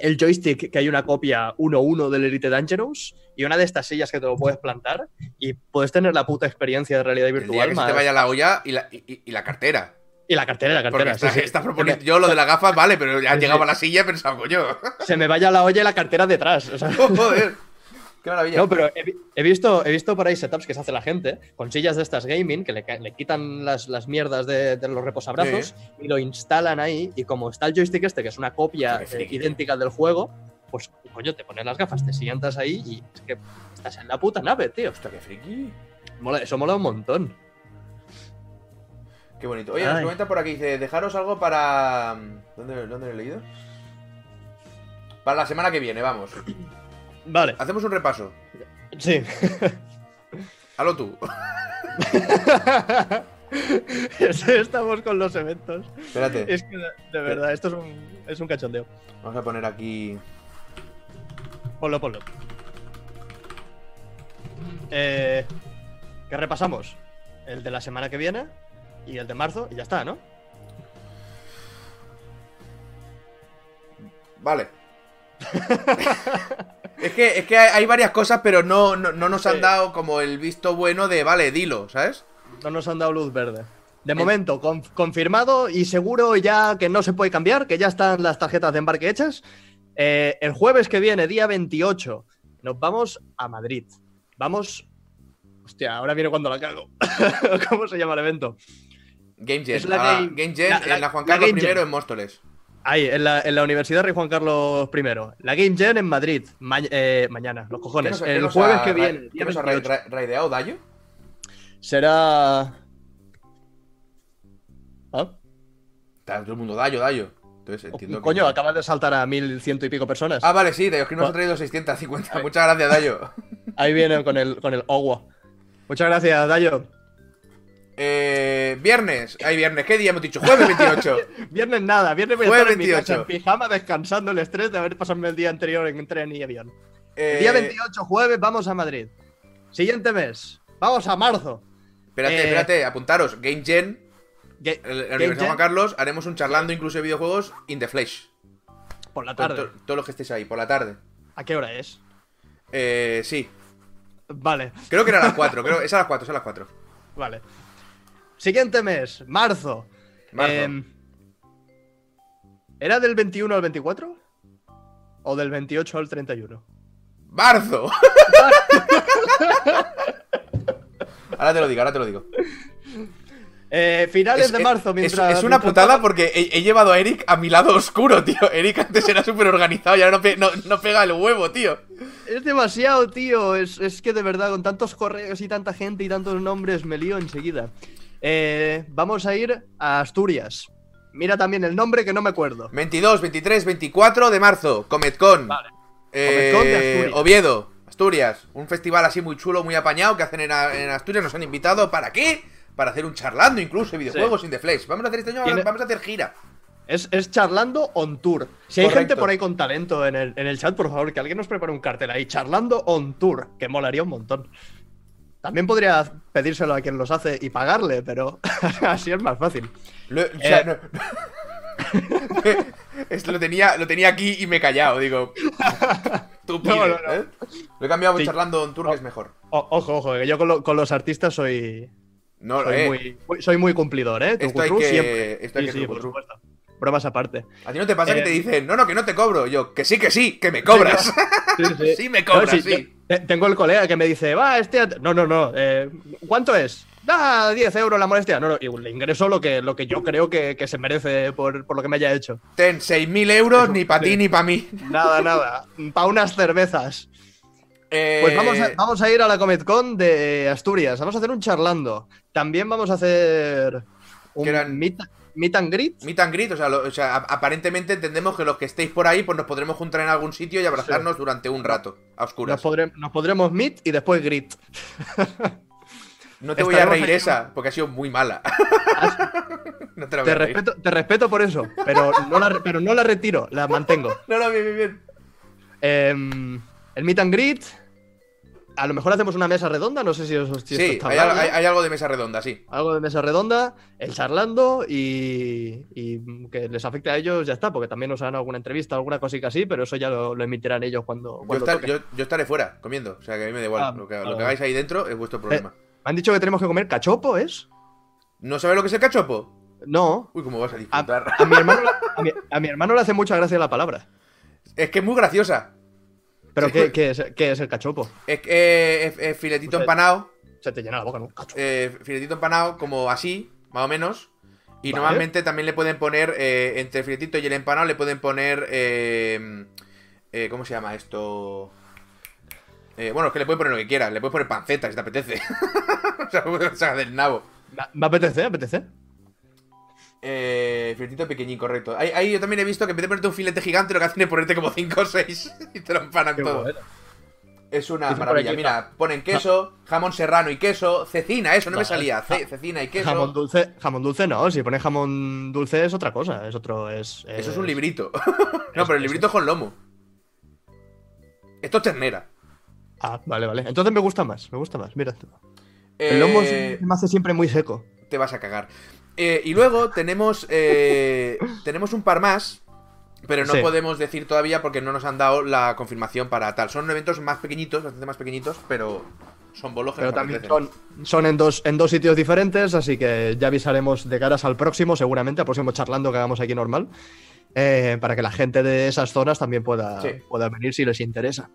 El joystick, que hay una copia 1-1 del Elite Dangerous, y una de estas sillas que te lo puedes plantar, y puedes tener la puta experiencia de realidad El día virtual. que se más- te vaya la olla y la, y- y- y la cartera. Y la cartera, la Porque cartera. estás, sí, sí. estás Se me- proponiendo yo lo de las gafas, vale, pero ya Sí, llegaba sí. a la silla he pensado, coño. Se me vaya la olla y la cartera detrás. o sea. Joder. Qué maravilla. No, pero he, vi- he visto, he visto por ahí setups que se hace la gente con sillas de estas gaming que le, ca- le quitan las, las mierdas de, de los reposabrazos y lo instalan ahí. Y como está el joystick este, que es una copia Qué friki, eh, idéntica del juego, pues coño, te pones las gafas, te sientas ahí y es que estás en la puta nave, tío. Hostia, qué friki. Mola- eso mola un montón. Qué bonito. Oye, nos Ay. comenta por aquí, dice, dejaros algo para... mm, ¿Dónde, ¿Dónde lo he leído? Para la semana que viene, vamos. Vale, Hacemos un repaso. sí. Halo tú. Estamos con los eventos. Espérate. Es que de, de verdad, esto es un, es un cachondeo. Vamos a poner aquí... Ponlo, ponlo. Eh, ¿Qué repasamos? El de la semana que viene y el de marzo y ya está, ¿no? Vale. es que, es que hay, hay varias cosas, pero no, no, no nos han Sí. dado como el visto bueno de, vale, dilo, ¿sabes? No nos han dado luz verde. De El- momento, conf- confirmado y seguro ya que no se puede cambiar, que ya están las tarjetas de embarque hechas. Eh, el jueves que viene, día 28, nos vamos a Madrid. Vamos... Hostia, ahora viene cuando la cago. ¿Cómo se llama el evento? Game Jam. Es la Ah, Game- Game Jam la- la- en la Juan la Carlos Game I Jam. en Móstoles. Ahí, en la, en la Universidad Rey Juan Carlos I. La Game Gen en Madrid. Ma- eh, mañana, los ¿Qué cojones. nos- qué el nos jueves ha que ra- viene. ¿Qué día nos ha ra- 28. ra- raideado, Dayo? Será. ¿Ah? Está todo el mundo Dayo, Dayo. Entonces entiendo que- Coño, acabas de saltar a mil ciento y pico personas. Ah, vale, sí, Dayo, es que nos Cu- ha traído 650. Muchas gracias, Dayo. Ahí vienen con el, con el Owa. Muchas gracias, Dayo. Eh, viernes. Ay, viernes. ¿Qué día hemos dicho? Jueves 28. Viernes nada, viernes voy a Jueves estar en mi casa 28. en pijama descansando el estrés de haber pasado el día anterior en tren y avión. Eh, Día 28, jueves, vamos a Madrid. Siguiente mes, vamos a marzo. Espérate, eh, espérate. Apuntaros. Game Gen. Ge- El, el Game Universidad Jam. Juan Carlos. Haremos un charlando incluso de videojuegos in the flesh. Por la Con tarde. to- todos los que estéis ahí, por la tarde. ¿A qué hora es? Eh, sí. Vale, Creo que era a las 4. creo, es a las 4, es a las 4. vale. Siguiente mes, marzo. Marzo. Em, ¿Era del 21 al 24? ¿O del 28 al 31? ¡Marzo! ahora te lo digo, ahora te lo digo. Eh, finales Es- de es- marzo, es- Es, mientras. una mientras- putada porque he, he llevado a Eric a mi lado oscuro, tío. Eric antes era súper organizado y ahora no, pe- no- no pega el huevo, tío. Es demasiado, tío. Es, es que de verdad, con tantos correos y tanta gente y tantos nombres, me lío enseguida. Eh, vamos a ir a Asturias. Mira también el nombre que no me acuerdo. 22, 23, 24 de marzo, Cometcon. Vale. Eh, Cometcon de Asturias. Oviedo, Asturias. Un festival así muy chulo, muy apañado que hacen en, a- en Asturias. Nos han invitado. ¿Para qué? Para hacer un charlando incluso de videojuegos in the flesh. Vamos a hacer este año, Tiene- vamos a hacer gira. Es, es charlando on tour. Si hay Correcto. gente por ahí con talento en el, en el chat, por favor, que alguien nos prepare un cartel ahí. Charlando on tour, que molaría un montón. También podría pedírselo a quien los hace y pagarle, pero así es más fácil. Lo, o sea, Eh. no- Esto lo tenía, lo tenía aquí y me he callado, digo. Tú pide, No, no, no. ¿eh? Lo he cambiado Sí. charlando en turno, que es mejor. O- ojo, ojo, que yo con, lo- con los artistas soy, No, soy, eh, muy, muy- soy muy cumplidor, ¿eh? esto hay Tucutú siempre. que. Esto hay Sí, que sí, por trucutru. supuesto. Bromas aparte. A ti no te pasa que Eh. te dicen, no, no, que no te cobro. Yo, que sí, que sí, que me cobras. Sí, Sí, me cobras, No, sí, sí. yo- te- tengo el colega que me dice, va, este... at- No, no, no. eh, ¿Cuánto es? Da 10 euros la molestia. No, no, y le ingreso lo que, lo que yo creo que, que se merece por, por lo que me haya hecho. Ten 6.000 euros Eso, ni para ti sí. ni para mí. Nada, nada. Pa' unas cervezas. Eh, Pues vamos a, vamos a ir a la Comic Con de Asturias. Vamos a hacer un charlando. También vamos a hacer un Que eran- meet, meet and greet. Meet and greet, o sea, lo- o sea, ap- aparentemente entendemos que los que estéis por ahí, pues nos podremos juntar en algún sitio y abrazarnos durante un rato, a Nos, oscuras. podrem- nos podremos meet y después greet. No te voy a estaremos reír aquí- esa, porque ha sido muy mala. no te la voy Ah, Te a reír. respeto, te respeto por eso, pero no la, re- pero no la retiro, la mantengo. No, no, bien, bien, bien. Em, el meet and greet. A lo mejor hacemos una mesa redonda, no sé si os si esto Sí, está hay, hablado. hay- hay algo de mesa redonda, sí. Algo de mesa redonda, el charlando y, y que les afecte a ellos, ya está, porque también nos harán alguna entrevista, alguna cosica así, pero eso ya lo, lo emitirán ellos cuando, Yo, cuando estar- toque. yo- yo estaré fuera comiendo, o sea que a mí me da igual. Ah, lo, que, lo vale. Eh, que hagáis ahí dentro es vuestro problema. Me han dicho que tenemos que comer cachopo, ¿es? ¿No sabes lo que es el cachopo? No. Uy, cómo vas a A, disfrutar. a mi hermano, a, mi, a mi hermano le hace mucha gracia la palabra. Es que es muy graciosa. Pero Sí. ¿qué, qué es, qué es el cachopo? Es que eh, es- es filetito Usted- empanado, Se te llena la boca, ¿no? Cachopo. eh, filetito empanado como así, más o menos. Y Vale. normalmente también le pueden poner, eh, entre el filetito y el empanado, le pueden poner... eh, eh, ¿Cómo se llama esto? Eh, bueno, es que le pueden poner lo que quieras. Le puedes poner panceta si te apetece. o sea, o sea, del nabo. Me, me apetece, me apetece. Eh, filetito pequeñín, correcto. Ahí, ahí yo también he visto que en vez de ponerte un filete gigante, lo que hacen es ponerte como 5 o 6 y te lo empanan Qué todo. bueno. Es una Dicen por maravilla. aquí, Mira, ponen queso, jamón serrano y queso, cecina, eso no me Vale. salía. ce- cecina y queso. Jamón dulce, jamón dulce no, si pones jamón dulce es otra cosa, es otro, Eh, es... Eso es un libro librito. no, pero el librito es con lomo. Esto es ternera. Ah, vale, vale. Entonces me gusta más, me gusta más, mira. tú. Eh, El lomo se se me hace siempre muy seco. Te vas a cagar. Eh, y luego tenemos, eh, tenemos un par más, pero no Sí. podemos decir todavía porque no nos han dado la confirmación para tal. Son eventos más pequeñitos, bastante más pequeñitos, pero son bolos que Pero nos también apetecen. son, son en, dos, en dos sitios diferentes, así que ya avisaremos de caras al próximo, seguramente, al próximo charlando que hagamos aquí normal, eh, para que la gente de esas zonas también pueda, Sí. pueda venir si les interesa.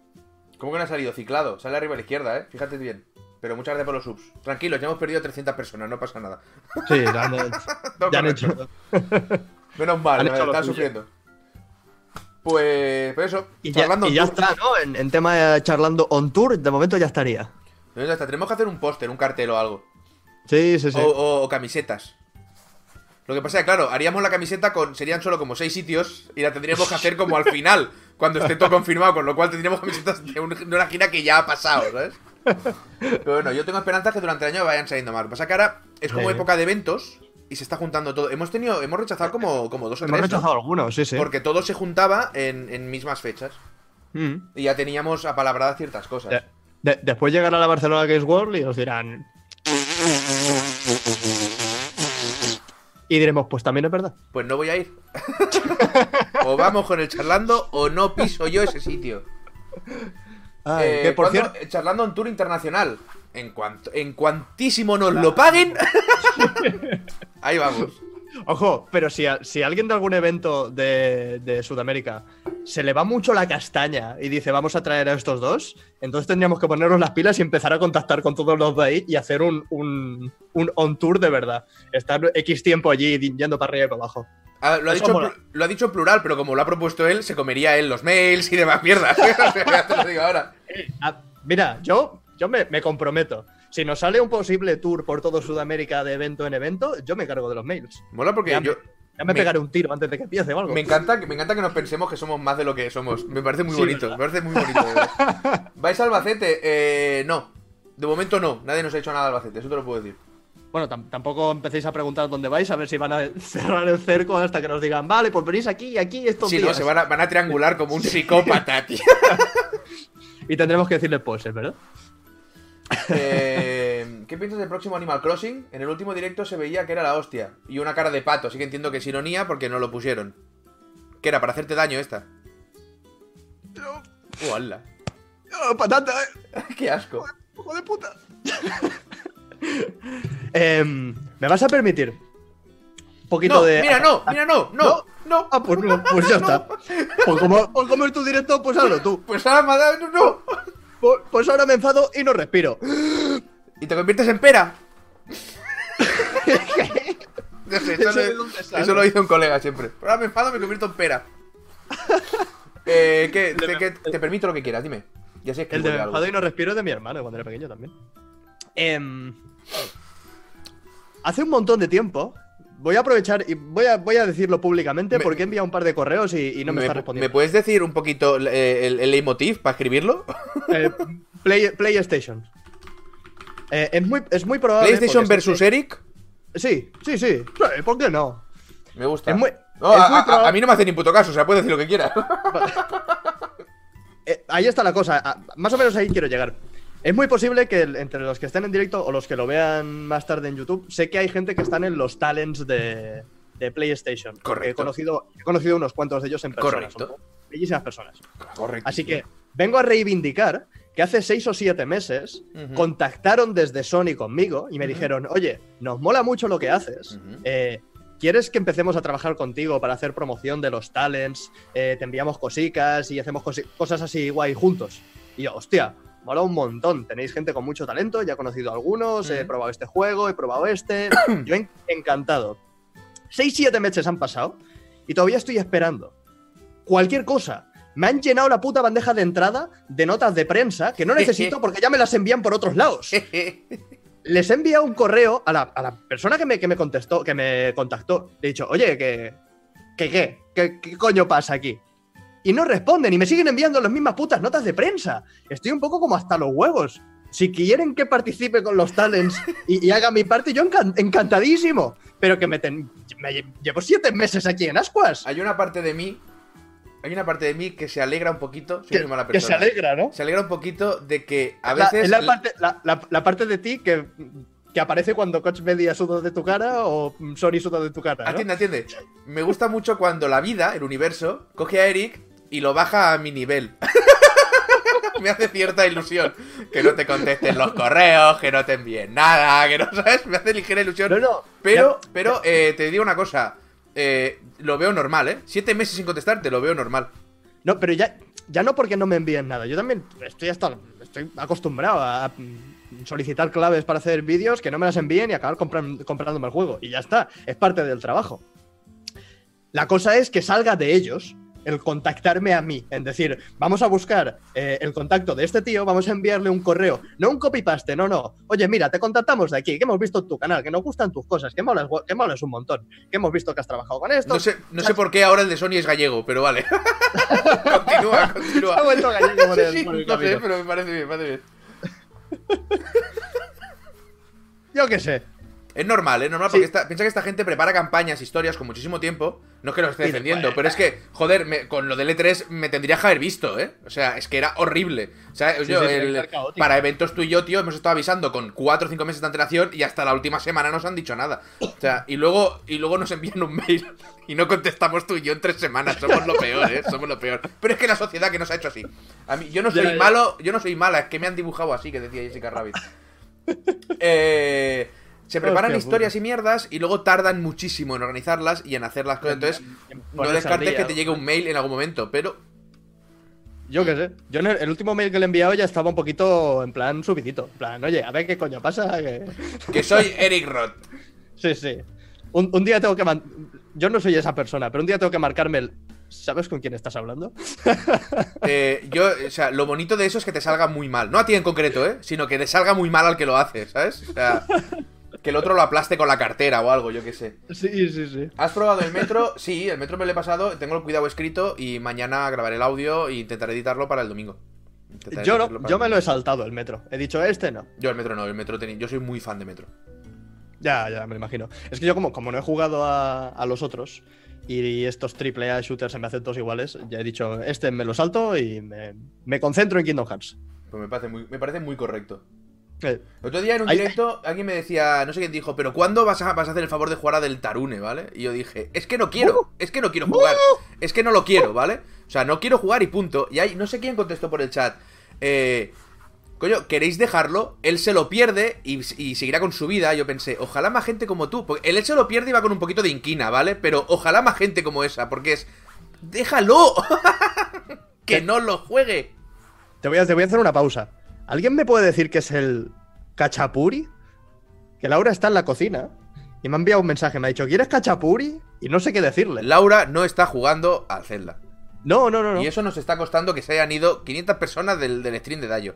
¿Cómo que no ha salido? Ciclado. Sale arriba a la izquierda, ¿eh? Fíjate bien. Pero muchas gracias por los subs. Tranquilos, ya hemos perdido 300 personas, no pasa nada. Sí, ya han, No, ya han correcto. hecho. Menos mal, Han me hecho lo están suyo. sufriendo. Pues, pues eso, Y ya, charlando y en ya tour. está, ¿no? En, en tema de charlando on tour, de momento ya estaría. Entonces, ya está. Tenemos que hacer un póster, un cartel o algo. Sí, sí, sí. O, o- o camisetas. Lo que pasa es que, claro, haríamos la camiseta con. Serían solo como seis sitios y la tendríamos que hacer como al final, cuando esté todo confirmado, con lo cual tendríamos camisetas de, un- de una gira que ya ha pasado, ¿sabes? Pero bueno, yo tengo esperanzas que durante el año vayan saliendo más. Lo que pasa es que ahora es como Sí. época de eventos y se está juntando todo. Hemos tenido, hemos rechazado como, como dos o Hemos tres. ¿no? rechazado algunos, sí, sí. Porque todo se juntaba en, en mismas fechas. Mm. Y ya teníamos apalabradas ciertas cosas. De- de- después llegará la Barcelona Games World y nos dirán. Y diremos, pues también es verdad. Pues no voy a ir. o vamos con el charlando o no piso yo ese sitio. Ay, Eh, que por ¿cuándo? cierto, Charlando en tour internacional. En, cuanto, en cuantísimo nos lo paguen. Ahí vamos. ojo, pero si a, si a alguien de algún evento de, de Sudamérica se le va mucho la castaña y dice, vamos a traer a estos dos, entonces tendríamos que ponernos las pilas y empezar a contactar con todos los de ahí y hacer un, un, un on-tour de verdad. Estar X tiempo allí yendo para arriba y para abajo. Ah, lo, ha Eso dicho, en mola. plu- lo ha dicho en plural, pero como lo ha propuesto él, se comería él los mails y demás mierdas. ya te lo digo ahora. Ah, mira, yo, yo me, me comprometo. Si nos sale un posible tour por todo Sudamérica de evento en evento, yo me cargo de los mails. Mola porque Ya me- yo. Ya me, Me- pegaré un tiro antes de que empiece o algo. Me encanta, que, me encanta que nos pensemos que somos más de lo que somos. Me parece muy Sí, bonito. ¿verdad? Me parece muy bonito. de verdad. ¿Vais a Albacete? Eh, no. De momento no. Nadie nos ha hecho nada a Albacete. Eso te lo puedo decir. Bueno, tam- tampoco empecéis a preguntar dónde vais, a ver si van a cerrar el cerco hasta que nos digan, vale, pues venís aquí y aquí estos Si días. no, se van a, van a triangular como un psicópata, tío. Y tendremos que decirles, pues, es verdad. Eh, ¿Qué piensas del próximo Animal Crossing? En el último directo se veía que era la hostia. Y una cara de pato, así que entiendo que es ironía porque no lo pusieron. ¿Qué era? ¿Para hacerte daño esta? Uh, hala. ¡Ah, patata, eh! ¡Qué asco! ¡Hijo de puta! Em, ¿Me vas a permitir? Un poquito No, de. mira, no, mira, no, no, no. Ah, pues no, pues ya está. Pues como, pues como es tu directo, pues hazlo tú. Pues ahora me ha dado- no. Pues, pues ahora me enfado y no respiro. Y te conviertes en pera. No sé, eso, Eso lo- de dónde sale. eso lo dice un colega siempre. Pero ahora me enfado, me convierto en pera. Eh, ¿qué- te, qué- te permito lo que quieras, dime. Ya sé que El de me enfado y no respiro es de mi hermano cuando era pequeño también. Em, hace un montón de tiempo. Voy a aprovechar y voy a, voy a decirlo públicamente Me- porque he enviado un par de correos y, y no me, está ¿Me respondiendo. puedes decir un poquito eh, el, el leitmotiv para escribirlo? Eh, Play- PlayStation. Eh, es, muy, es muy probable. PlayStation porque- versus Eric. Sí, sí, sí. Sí, ¿Por qué no? Me gusta. Es muy- No, es a, muy a- a- proba- a mí no me hace ni puto caso, o sea, puedes decir lo que quieras. Eh, ahí está la cosa. Ah, Más o menos ahí quiero llegar. Es muy posible que el- entre los que estén en directo o los que lo vean más tarde en YouTube, sé que hay gente que están en los talents de, de PlayStation. porque Correcto. He conocido, he conocido unos cuantos de ellos en persona. Correcto. son Bellísimas personas. Correcto. Así que vengo a reivindicar que hace seis o siete meses Ujú. contactaron desde Sony conmigo y me Ujú. dijeron, oye, nos mola mucho lo que haces. Ujú. eh, ¿Quieres que empecemos a trabajar contigo para hacer promoción de los talents? Eh, te enviamos cositas y hacemos cosi- cosas así guay juntos. Y yo, hostia, mola un montón. Tenéis gente con mucho talento, ya he conocido a algunos, he Ujú. probado este juego, he probado este. yo en- encantado. Seis, siete meses han pasado y todavía estoy esperando. Cualquier cosa. Me han llenado la puta bandeja de entrada de notas de prensa que no necesito porque ya me las envían por otros lados. Eh. Les he enviado un correo a la, a la persona que me, que me contestó, que me contactó. Le he dicho, oye, que, que, qué, que, qué coño pasa aquí. Y no responden y me siguen enviando las mismas putas notas de prensa. Estoy un poco como hasta los huevos. Si quieren que participe con los talents y, y haga mi parte, yo encan- encantadísimo. Pero que me, ten- me lle- llevo siete meses aquí en Ascuas. Hay una parte de mí. Hay una parte de mí que se alegra un poquito. Soy Que, muy mala que se persona. alegra, ¿no? Se alegra un poquito de que a La- veces. es la, parte, la, la- la parte de ti que, que aparece cuando Coach Media suda de tu cara o mm, Sony suda de tu cara. ¿no? Atiende, atiende. Me gusta mucho cuando la vida, el universo, coge a Eric y lo baja a mi nivel. Me hace cierta ilusión que no te contesten los correos, que no te envíen nada, que no sabes. Me hace ligera ilusión. No, no, Pero, ya- pero eh, te digo una cosa. eh, lo veo normal, ¿eh? Siete meses sin contestarte, lo veo normal. no, pero ya, ya no porque no me envíen nada. Yo también estoy hasta estoy acostumbrado a mm, solicitar claves para hacer vídeos que no me las envíen y acabar compran- comprándome el juego. Y ya está, es parte del trabajo. La cosa es que salga de ellos el contactarme a mí, en decir, vamos a buscar eh, el contacto de este tío, vamos a enviarle un correo, no un copy-paste, no, no. Oye, mira, te contactamos de aquí, que hemos visto tu canal, que nos gustan tus cosas, que molas, que molas un montón, que hemos visto que has trabajado con esto, No sé, no sé por qué ahora el de Sony es gallego, pero vale. continúa, continúa. Ha vuelto gallego por el- Sí, sí, por el no sé, camino. pero me parece bien, me parece bien. Yo qué sé. Es normal, es normal, Sí. porque esta- piensa que esta gente prepara campañas, historias con muchísimo tiempo. No es que lo esté Y defendiendo, después- pero es que, joder, me- con lo del E3 me tendrías que haber visto, ¿eh? O sea, es que era horrible. O sea, Sí, yo, sí, tiene el- que ser caótico. para eventos tú y yo, tío, hemos estado avisando con 4 o 5 meses de antelación y hasta la última semana no se han dicho nada. O sea, y luego, y luego nos envían un mail y no contestamos tú y yo en 3 semanas. Somos lo peor, ¿eh? Somos lo peor. Pero es que la sociedad que nos ha hecho así. A mí, yo no Ya, soy ya. malo, yo no soy mala, es que me han dibujado así, que decía Jessica Rabbit. Eh, se preparan Hostia, historias y mierdas y luego tardan muchísimo en organizarlas y en hacer las cosas. Entonces, no Ponerse al descartes día, que te ¿no? llegue un mail en algún momento, pero Yo qué sé. Yo en el, el último mail que le he enviado ya estaba un poquito en plan subidito. En plan, oye, a ver qué coño pasa. que- que soy Eric Roth. Sí, sí. Un, un día tengo que. man- Yo no soy esa persona, pero un día tengo que marcarme el. ¿Sabes con quién estás hablando? Eh, yo, o sea, lo bonito de eso es que te salga muy mal. No a ti en concreto, ¿eh? Sino que te salga muy mal al que lo hace, ¿sabes? O sea, que el otro lo aplaste con la cartera o algo, yo qué sé. Sí, sí, sí. ¿Has probado el metro? Sí, el metro me lo he pasado, tengo el cuidado escrito y mañana grabaré el audio e intentaré editarlo para el domingo. Intentaré Yo editarlo no, para yo el me lo domingo. he saltado el metro. He dicho, este no. Yo el metro no, el metro tenía- Yo soy muy fan de metro. Ya, ya, me lo imagino. Es que yo, como, como no he jugado a, a los otros y estos triple A shooters se me hacen todos iguales, ya he dicho, este me lo salto y me, me concentro en Kingdom Hearts. Pues me parece muy, me parece muy correcto. Eh, Otro día en un Ay. directo alguien me decía, no sé quién dijo, pero ¿cuándo vas a, vas a hacer el favor de jugar a Del Tarune, ¿vale? Y yo dije, es que no quiero, es que no quiero jugar, es que no lo quiero, ¿vale? O sea, no quiero jugar y punto. Y ahí, no sé quién contestó por el chat, eh, coño, ¿queréis dejarlo? Él se lo pierde y, y seguirá con su vida. Yo pensé, ojalá más gente como tú, porque él se lo pierde y va con un poquito de inquina, ¿vale? Pero ojalá más gente como esa, porque es, déjalo, que no lo juegue. Te voy, a, te voy a hacer una pausa. ¿Alguien me puede decir que es el cachapuri? Que Laura está en la cocina y me ha enviado un mensaje. Me ha dicho, ¿quieres cachapuri? Y no sé qué decirle. Laura no está jugando a Zelda. No, no, no, no. Y eso nos está costando que se hayan ido 500 personas del, del stream de Dayo.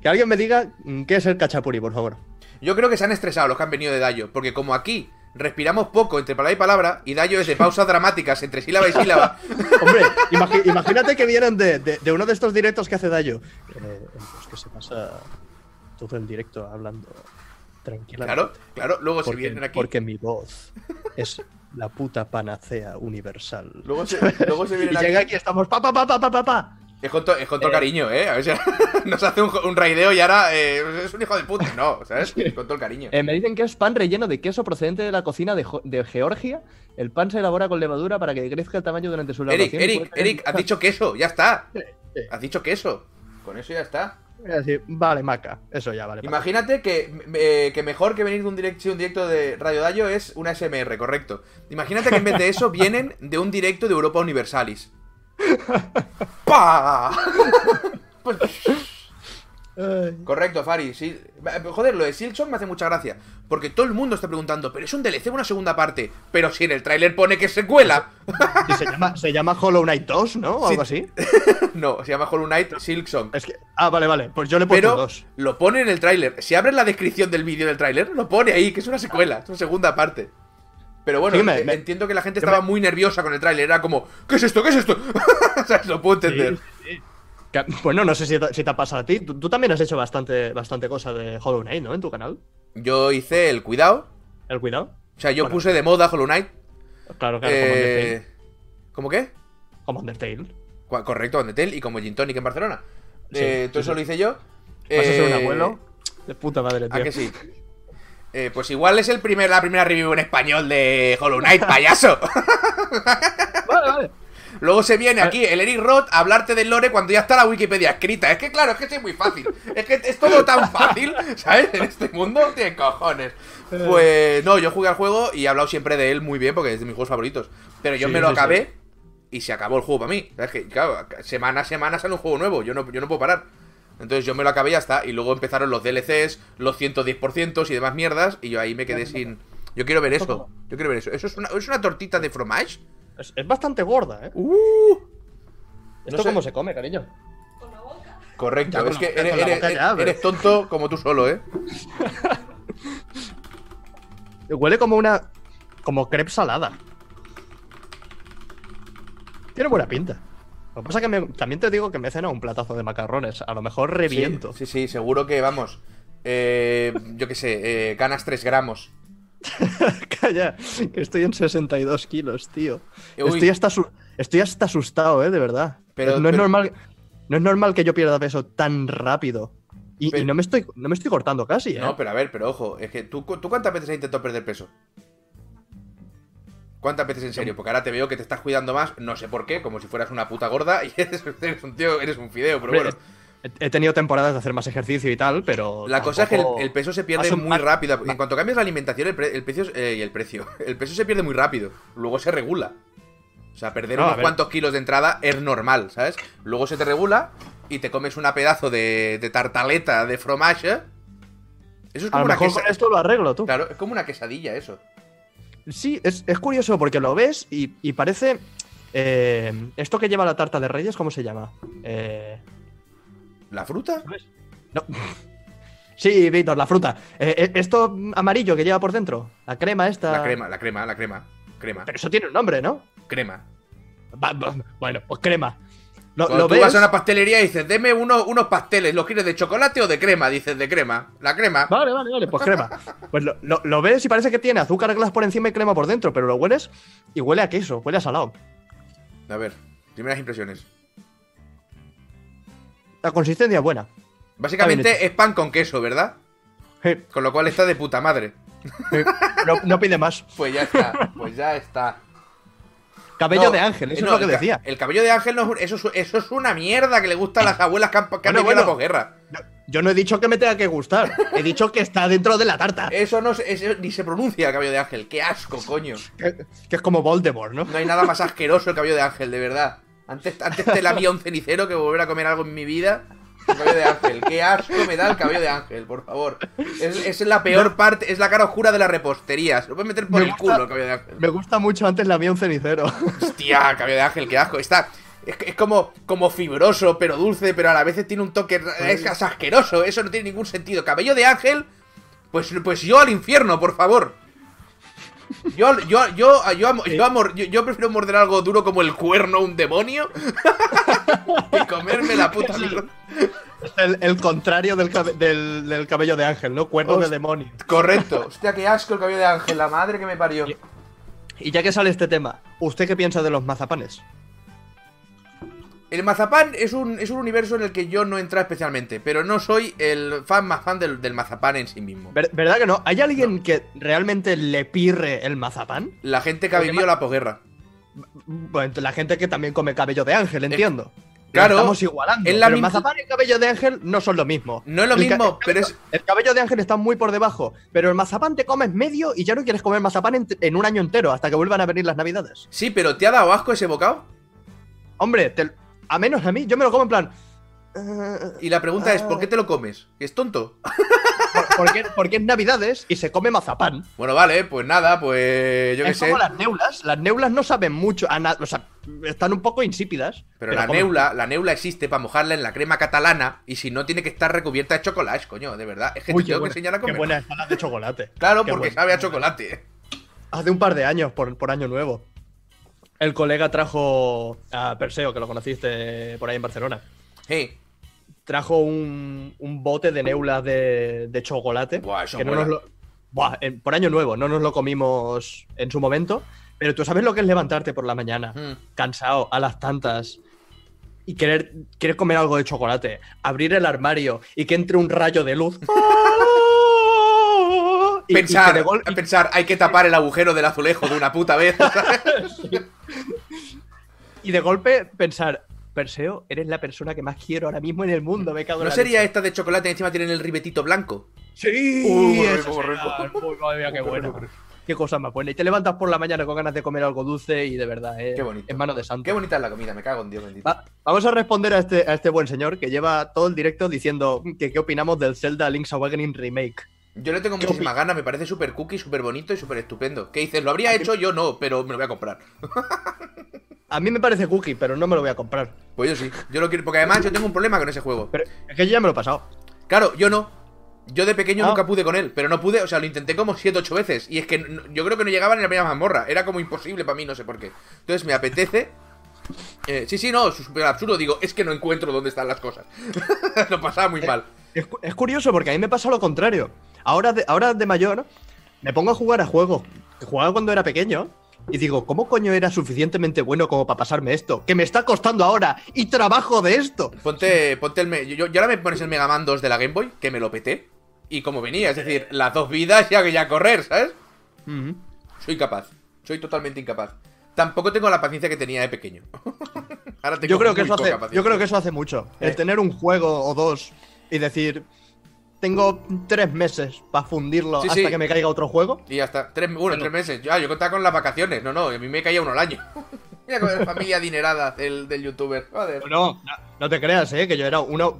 Que alguien me diga mm, qué es el cachapuri, por favor. Yo creo que se han estresado los que han venido de Dayo, porque como aquí respiramos poco entre palabra y palabra, y Dayo es de pausas dramáticas entre sílaba y sílaba, Hombre, imagi- imagínate que vienen de, de- de uno de estos directos que hace Dayo. Que, eh, pues que se pasa todo el directo hablando tranquilamente. claro, claro, luego se porque, vienen aquí. porque mi voz es la puta panacea universal. Luego se, luego se y vienen llega aquí. aquí, estamos pa pa pa pa pa pa pa. Es con, to- es con todo Eh. cariño, ¿eh? A ver si nos hace un, jo- un raideo y ahora eh, es un hijo de puta. No, ¿sabes? Con todo el cariño. Eh, me dicen que es pan relleno de queso procedente de la cocina de, Jo- de Georgia. El pan se elabora con levadura para que crezca el tamaño durante su Eric, elaboración. y Eric, puede tener Eric, has muchas- dicho queso, ya está. sí. Has dicho queso. Con eso ya está. Voy a decir, vale, maca. Eso ya vale. maca. Imagínate que, eh, que mejor que venir de un directo, un directo de Radio Dayo es una SMR, correcto. Imagínate que en vez de eso vienen de un directo de Europa Universalis. ¡Pa! Pues, Ay. correcto, Fari. Sí. Joder, lo de Silksong me hace mucha gracia. Porque todo el mundo está preguntando, ¿pero es un DLC o una segunda parte? Pero si en el tráiler pone que es secuela. Y se llama, se llama Hollow Knight 2, ¿no? O algo así. No, se llama Hollow Knight Silksong. Es que, ah, vale, vale. Pues yo le he puesto Pero dos. lo pone en el tráiler. Si abres la descripción del vídeo del tráiler, lo pone ahí, que es una secuela, es una segunda parte. Pero bueno, Sí, me- eh, me- entiendo que la gente yo estaba me- muy nerviosa con el tráiler. Era como, ¿qué es esto? ¿Qué es esto? o sea, lo puedo entender. Que- Bueno, no sé si te, si te ha pasado a ti. Tú, tú también has hecho bastante, bastante cosa de Hollow Knight, ¿no? En tu canal. Yo hice el cuidado. El cuidado. O sea, yo Bueno. puse de moda Hollow Knight. Claro, claro, eh, ¿Cómo qué? como Undertale. Como Undertale. Cu- Correcto, Undertale y como Gin Tonic en Barcelona. Sí, Eh, sí, todo eso sí. lo hice yo. Vas a ser un Eh, abuelo. De puta madre, ¿A tío. que sí? Eh, pues igual es el primer, la primera review en español de Hollow Knight, payaso. Vale, vale. Luego se viene Ah. aquí el Eric Roth a hablarte del lore cuando ya está la Wikipedia escrita. Es que claro, es que sí es muy fácil. Es que es todo tan fácil, ¿sabes? En este mundo tiene cojones. Eh. Pues no, yo jugué al juego y he hablado siempre de él muy bien porque es de mis juegos favoritos. Pero yo Sí, me lo sí, sí. acabé y se acabó el juego para mí. Es que, claro, semana a semana sale un juego nuevo. Yo no, yo no puedo parar. Entonces yo me lo acabé y ya está. Y luego empezaron los DLCs, los 110% y demás mierdas. Y yo ahí me quedé sin. Yo quiero ver eso. Yo quiero ver eso. ¿Eso es una, es una tortita de fromage? Es, es bastante gorda, ¿eh? ¡Uh! ¿Esto no sé. cómo se come, cariño? Correcto, Ya con es la que boca, eres, con la eres- boca ya, eres- pero- eres tonto como tú solo, ¿eh? Huele como una. como crepe salada. Tiene buena pinta. Lo que pasa es que me- también te digo que me he cenado un platazo de macarrones. A lo mejor reviento. Sí, sí, seguro que vamos. eh, yo qué sé, eh, ganas 3 gramos. Calla, que estoy en 62 kilos, tío. Uy. Estoy hasta, asu- estoy hasta asustado, eh, de verdad. Pero- no, es pero- normal, no es normal que yo pierda peso tan rápido. Y, y Pero- no, me estoy, no me estoy cortando casi, ¿eh? No, pero a ver, pero ojo, es que tú, cu- ¿tú cuántas veces has intentado perder peso. ¿Cuántas veces en serio? Porque ahora te veo que te estás cuidando más, no sé por qué, como si fueras una puta gorda y eres, eres un tío, eres un fideo, pero Hombre, bueno. he, he tenido temporadas de hacer más ejercicio y tal, pero. La cosa es que el, tampoco- el peso se pierde Has un- muy has- rápido. En cuanto cambias la alimentación, el, pre- el precio eh, y el precio, el peso se pierde muy rápido. Luego se regula. O sea, perder No, a unos ver. cuantos kilos de entrada es normal, ¿sabes? Luego se te regula y te comes una pedazo de, de tartaleta de fromage. Eso es A como lo una mejor con quesa- esto lo arreglo, tú. Claro, es como una quesadilla eso. Sí, es, es curioso porque lo ves y, y parece. eh, esto que lleva la tarta de Reyes, ¿cómo se llama? Eh. ¿La fruta? Sí, Víctor, la fruta. Eh, eh, esto amarillo que lleva por dentro. La crema esta. La crema, la crema, la crema. Crema, Pero eso tiene un nombre, ¿no? crema. Va- va- bueno, pues crema. Lo, Cuando lo tú ves. vas a una pastelería y dices, deme unos, unos pasteles, ¿los quieres de chocolate o de crema? Dices, de crema. La crema. Vale, vale, vale, pues crema. Pues lo, lo- lo ves y parece que tiene azúcar glass por encima y crema por dentro, pero lo hueles y huele a queso, huele a salado. A ver, primeras impresiones. La consistencia es buena. Está Básicamente es pan con queso, ¿verdad? Sí, Con lo cual está de puta madre. sí. No, no pide más. Pues ya está, pues ya está. Cabello No, eh, de ángel, eso no, es lo el que ca- decía. El cabello de ángel no es, eso, es- eso es una mierda que le gusta a las abuelas que han, que han Bueno, vivido la bueno. posguerra. Yo no he dicho que me tenga que gustar. He dicho que está dentro de la tarta. Eso no se- eso ni se pronuncia el cabello de ángel, qué asco, coño. Que, que es como Voldemort, ¿no? No hay nada más asqueroso el cabello de ángel, de verdad. Antes, antes te lamía un cenicero que volver a comer algo en mi vida. El cabello de ángel, qué asco me da el cabello de ángel, por favor. Es, es la peor parte, es la cara oscura de la repostería. Se lo puedes meter por Me el gusta- culo el cabello de ángel. Me gusta mucho antes la mía un cenicero. Hostia, cabello de ángel, qué asco. Está. Es, es como, como fibroso, pero dulce, pero a la vez tiene un toque. Es, es asqueroso, eso no tiene ningún sentido. Cabello de ángel, pues, pues yo al infierno, por favor. Yo, yo, yo, yo, amo- yo, amo- yo- yo prefiero morder algo duro como el cuerno un demonio que comerme la puta mierda. Es el, el contrario del, cabe- del, del cabello de ángel, ¿no? Cuerno de Host- demonio. Correcto. Hostia, qué asco el cabello de ángel, la madre que me parió. Y ya que sale este tema, ¿usted qué piensa de los mazapanes? El mazapán es un, es un universo en el que yo no he entrado especialmente, pero no soy el fan más fan del, del mazapán en sí mismo. Ver- ¿Verdad que no? ¿Hay alguien que realmente le pirre el mazapán? La gente que ha Porque vivido la posguerra. Bueno, la gente que también come cabello de ángel, entiendo. Lo claro, Estamos igualando. es la pero misma- mazapán y cabello de ángel no son lo mismo. No es lo El ca- mismo, el pero cabello- es- El cabello de ángel está muy por debajo, pero el mazapán te comes medio y ya no quieres comer mazapán en, en un año entero, hasta que vuelvan a venir las navidades. Sí, pero ¿te ha dado asco ese bocado? Hombre, te- a menos a mí, yo me lo como en plan... eh, Y la pregunta es, Ah. ¿por qué te lo comes? ¿Es tonto? por- porque, porque es navidades y se come mazapán. Bueno, vale, pues nada, pues yo qué es sé. como las neulas. Las neulas no saben mucho. a na- o sea, están un poco insípidas. Pero la comen. neula, la neula existe para mojarla en la crema catalana y si no tiene que estar recubierta de chocolate, coño, de verdad. Es que Uy, te qué tengo buena- que enseñar a comer. Qué buena está la de chocolate. Claro, Qué porque buena. sabe a chocolate. Hace un par de años, por, por año nuevo. El colega trajo a Perseo, que lo conociste por ahí en Barcelona. Sí. Trajo un, un bote de neulas de, de chocolate. Buah, eso que no mola. nos lo- Buah, en- por año nuevo, no nos lo comimos en su momento. Pero tú sabes lo que es levantarte por la mañana. Mm. cansado a las tantas y querer, querer comer algo de chocolate, abrir el armario y que entre un rayo de luz. Y- y que Pensar, de gol- y- pensar, hay que tapar el agujero del azulejo de una puta vez. y de golpe pensar, Perseo, eres la persona que más quiero ahora mismo en el mundo, me cago en ¿No la sería este? leche". esta de chocolate y encima tienen el ribetito blanco? Sí, Uh, qué esa rico, qué será. rico. Uy, madre mía, qué Qué bueno. rico. Qué cosa más buena. Y te levantas por la mañana con ganas de comer algo dulce y de verdad, eh, Qué bonito. es mano de santo. Qué bonita es la comida, me cago en Dios bendito. Va- vamos a responder a este, a este buen señor que lleva todo el directo diciendo que qué opinamos del Zelda Link's Awakening Remake. Yo le tengo ¿Qué muchísimas ganas, me parece súper cookie, súper bonito y súper estupendo. ¿Qué dices? ¿Lo habría hecho? Yo no, pero me lo voy a comprar. A mí me parece cookie, pero no me lo voy a comprar. Pues yo sí, yo lo quiero, porque además yo tengo un problema con ese juego. Pero es que yo ya me lo he pasado. Claro, yo no. Yo de pequeño Ah. nunca pude con él, pero no pude, o sea, lo intenté como 7 8 veces. Y es que no- yo creo que no llegaba ni a la primera mazmorra, era como imposible para mí, no sé por qué. Entonces me apetece. Eh, sí, sí, no, es súper absurdo, digo, es que no encuentro dónde están las cosas. lo pasaba Eh, muy mal. Es, cu- es curioso porque a mí me pasa lo contrario. Ahora de, ahora de mayor me pongo a jugar a juegos que jugaba cuando era pequeño y digo, ¿cómo coño era suficientemente bueno como para pasarme esto? Que me está costando ahora y trabajo de esto. Ponte, ponte el. me- Yo, yo- yo ahora me pones el Mega Man 2 de la Game Boy, que me lo peté. Y como venía, es decir, las dos vidas ya que ya correr, ¿sabes? Ujú. Soy incapaz. Soy totalmente incapaz. Tampoco tengo la paciencia que tenía de pequeño. Ahora tengo Yo creo, que muy eso hace, poca paciencia. yo creo que eso hace mucho. Eh. El tener un juego o dos y decir, tengo tres meses para fundirlo Sí, hasta sí. que me caiga otro juego. Y ya está. Tres, bueno, tres meses. Ya, yo contaba con las vacaciones. No, no, a mí me caía uno al año. Mira con la familia adinerada del, del youtuber. Joder. No, no, no te creas, ¿eh? Que yo era uno.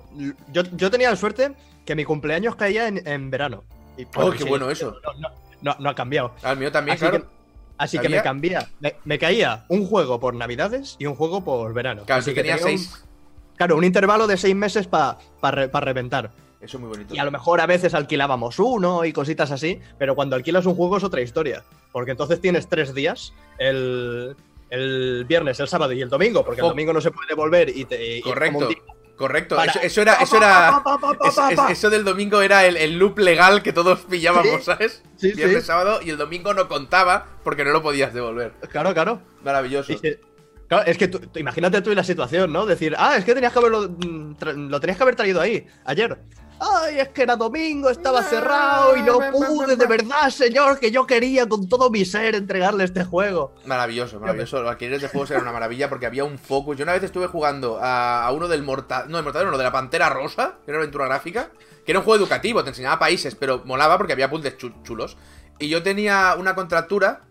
Yo, yo tenía la suerte que mi cumpleaños caía en, en verano. Y, Oh, qué sí, bueno eso. No, no- no- no ha cambiado. Al mío también, Así claro. Así que ¿Había? me cambié. Me, me caía un juego por Navidades y un juego por verano. Claro, Así si tenía un- seis. claro, un intervalo de seis meses para reventar. Eso es muy bonito. Y a lo mejor a veces alquilábamos uno y cositas así, pero cuando alquilas un juego es otra historia. Porque entonces tienes tres días, el, el viernes, el sábado y el domingo, porque el Oh. domingo no se puede volver y te. y es como un Correcto. día Correcto. para- Eso, eso era. Eso era. Es- es- eso del domingo era el, el loop legal que todos pillábamos, Sí, ¿sabes? sí, Viernes, sí. sábado y el domingo no contaba porque no lo podías devolver. Claro, claro. Maravilloso. Y se- Claro, es que tú, tú- imagínate tú y la situación, ¿no? Decir, ah, es que tenías que haberlo, mm, tra- lo tenías que haber traído ahí, ayer. Ay, es que era domingo, estaba Ah, cerrado y no pude, de verdad, señor, que yo quería con todo mi ser entregarle este juego. Maravilloso, maravilloso. Los alquileres de juegos eran una maravilla porque había un focus. Yo una vez estuve jugando a, a uno del Mortadelo, no, del Mortadelo, no, de la Pantera Rosa, que era una aventura gráfica, que era un juego educativo, te enseñaba países, pero molaba porque había puzzles chu- chulos. Y yo tenía una contractura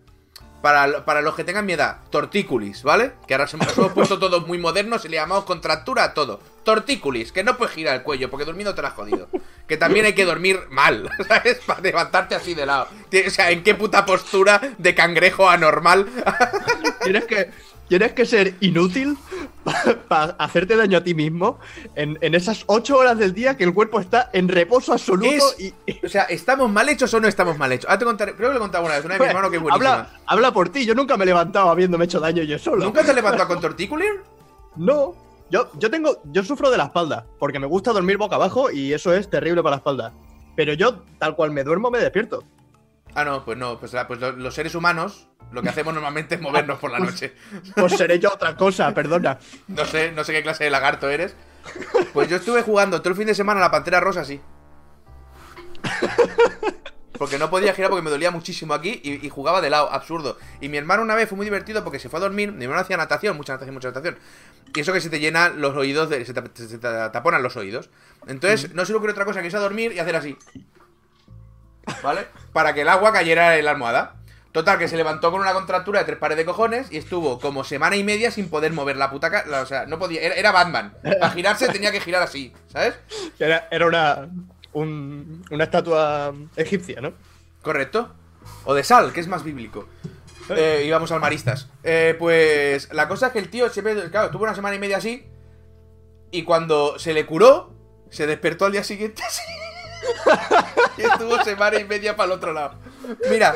para, para los que tengan mi edad, Tortículis, ¿vale? Que ahora se hemos, hemos puesto todos muy modernos y le llamamos contractura a todo. Tortículis, que no puedes girar el cuello porque durmiendo te lo has jodido. Que también hay que dormir mal, ¿sabes? Para levantarte así de lado. O sea, ¿en qué puta postura de cangrejo anormal Tienes que, tienes que ser inútil para hacerte daño a ti mismo en, en esas ocho horas del día que el cuerpo está en reposo absoluto Es- y... O sea, ¿estamos mal hechos o no estamos mal hechos? Ah, te contaré, creo que lo contaba una vez, una de mi hermano que es buenísima. habla, habla por ti, yo nunca me he levantado habiéndome hecho daño yo solo. ¿Nunca se levantó con tortículir? No, yo, yo tengo, yo sufro de la espalda, porque me gusta dormir boca abajo y eso es terrible para la espalda. Pero yo, tal cual me duermo, me despierto. Ah, no, pues no, pues, ah, pues lo- los seres humanos lo que hacemos normalmente es movernos por la noche. Pues seré yo otra cosa, perdona. No sé, no sé qué clase de lagarto eres. Pues yo estuve jugando todo el fin de semana a la Pantera Rosa así. Porque no podía girar porque me dolía muchísimo aquí y, y jugaba de lado, absurdo. Y mi hermano una vez fue muy divertido porque se fue a dormir, mi hermano hacía natación, mucha natación, mucha natación. Y eso que se te llenan los oídos, de- se, te, se te taponan los oídos. Entonces, no se le ocurre otra cosa que irse a dormir y hacer así. ¿Vale? Para que el agua cayera en la almohada. Total, que se levantó con una contractura de tres pares de cojones y estuvo como semana y media sin poder mover la puta cara. O sea, no podía. Era, era Batman. Para girarse tenía que girar así, ¿sabes? Era, era una, un- una estatua egipcia, ¿no? Correcto. O de sal, que es más bíblico. Eh, íbamos al maristas. Eh, pues la cosa es que el tío siempre, claro, tuvo una semana y media así. Y cuando se le curó, se despertó al día siguiente así. y estuvo semana y media para el otro lado. Mira,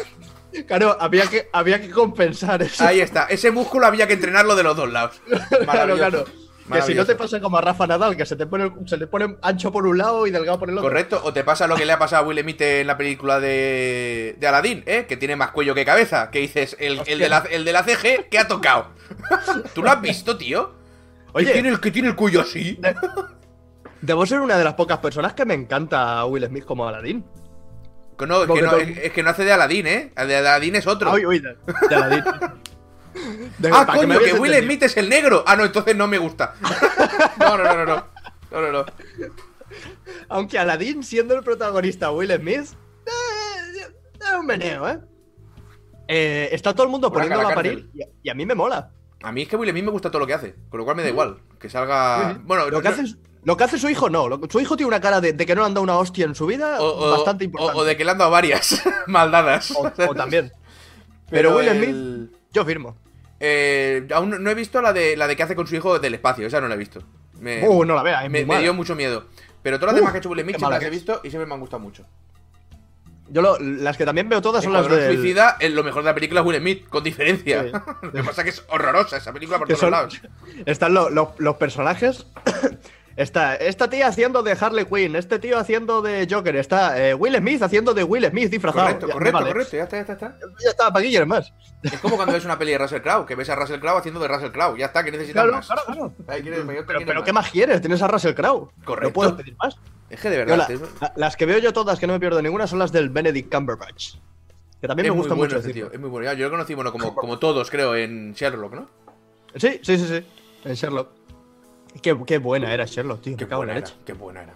Claro, había que, había que compensar eso. ahí está. Ese músculo había que entrenarlo de los dos lados. claro, Maravilloso. claro. Que si no Maravilloso. te pasa como a Rafa Nadal, que se te pone, se te pone ancho por un lado y delgado por el otro. Correcto, o te pasa lo que le ha pasado a Will Smith en la película de, de Aladdin, ¿eh? que tiene más cuello que cabeza, que dices, el, el de, la, el de la CG, ¿qué ha tocado? ¿Tú lo has visto, tío? Oye. ¿Que tiene el, que tiene el cuello así? Debo ser una de las pocas personas que me encanta a Will Smith como Aladdin. Que no, que Porque no, todo- es, es que no hace de Aladdin, ¿eh? El de Aladdin es otro. Ah, uy, uy, de, de Aladdin. De- ah, para me este coño, que, habías Will entendido. Smith es el negro. Ah, no, entonces no me gusta. no, no, no, no, no. No, no, no. Aunque Aladdin, siendo el protagonista Will Smith, eh, es un meneo, ¿eh? Eh, Está todo el mundo Una poniéndolo a cara parir y a, y a mí me mola. A mí es que Will Smith me gusta todo lo que hace, con lo cual me da igual. Que salga... Sí, sí. Ah, Bueno, lo, que no- hace, es- lo que hace su hijo no. Lo- su hijo tiene una cara de, de que no le han dado una hostia en su vida o, o- o- bastante importante. Oh. o de que le han dado varias maldadas. O- o también. Pero, Will Smith, el- yo firmo. Eh, aún no he visto la de la de que hace con su hijo del espacio, esa no la he visto. Me, Uh, no la vea, es Eh, me- muy me mala. dio mucho miedo. Pero todas las Uh, demás que ha hecho Will Smith qué siempre mala las he que es. visto y siempre me han gustado mucho. Yo lo- las que también veo todas son las Escuadrón de. Suicida, eh, lo mejor de la película es Will Smith, con diferencia. Sí. lo que pasa es que es horrorosa esa película por que todos son- lados. Están lo- lo- los personajes. Está esta tía haciendo de Harley Quinn, este tío haciendo de Joker, está eh, Will Smith haciendo de Will Smith disfrazado. Correcto, Ya- correcto, vale. correcto, ya está, ya está, ya está. Ya está, ¿para qué quieres más? Es como cuando ves una peli de Russell Crowe, que ves a Russell Crowe haciendo de Russell Crowe, ya está, que necesitas Claro, más. claro, claro. Ahí quieres- yo te Pero, quiero pero más. ¿qué más quieres? Tienes a Russell Crowe. Correcto. No puedo pedir más. Es que de Yo verdad, este la- es- la- las que veo yo todas, que no me pierdo ninguna, son las del Benedict Cumberbatch. Que también es me muy gusta bueno mucho. ese decirlo. tío, es muy bueno. Ya, Yo lo conocí, bueno, como, como todos, creo, en Sherlock, ¿no? Sí, sí, sí, sí. En Sherlock. Qué, qué buena era Sherlock, tío. Qué me cago en buena la era, leche. qué buena era.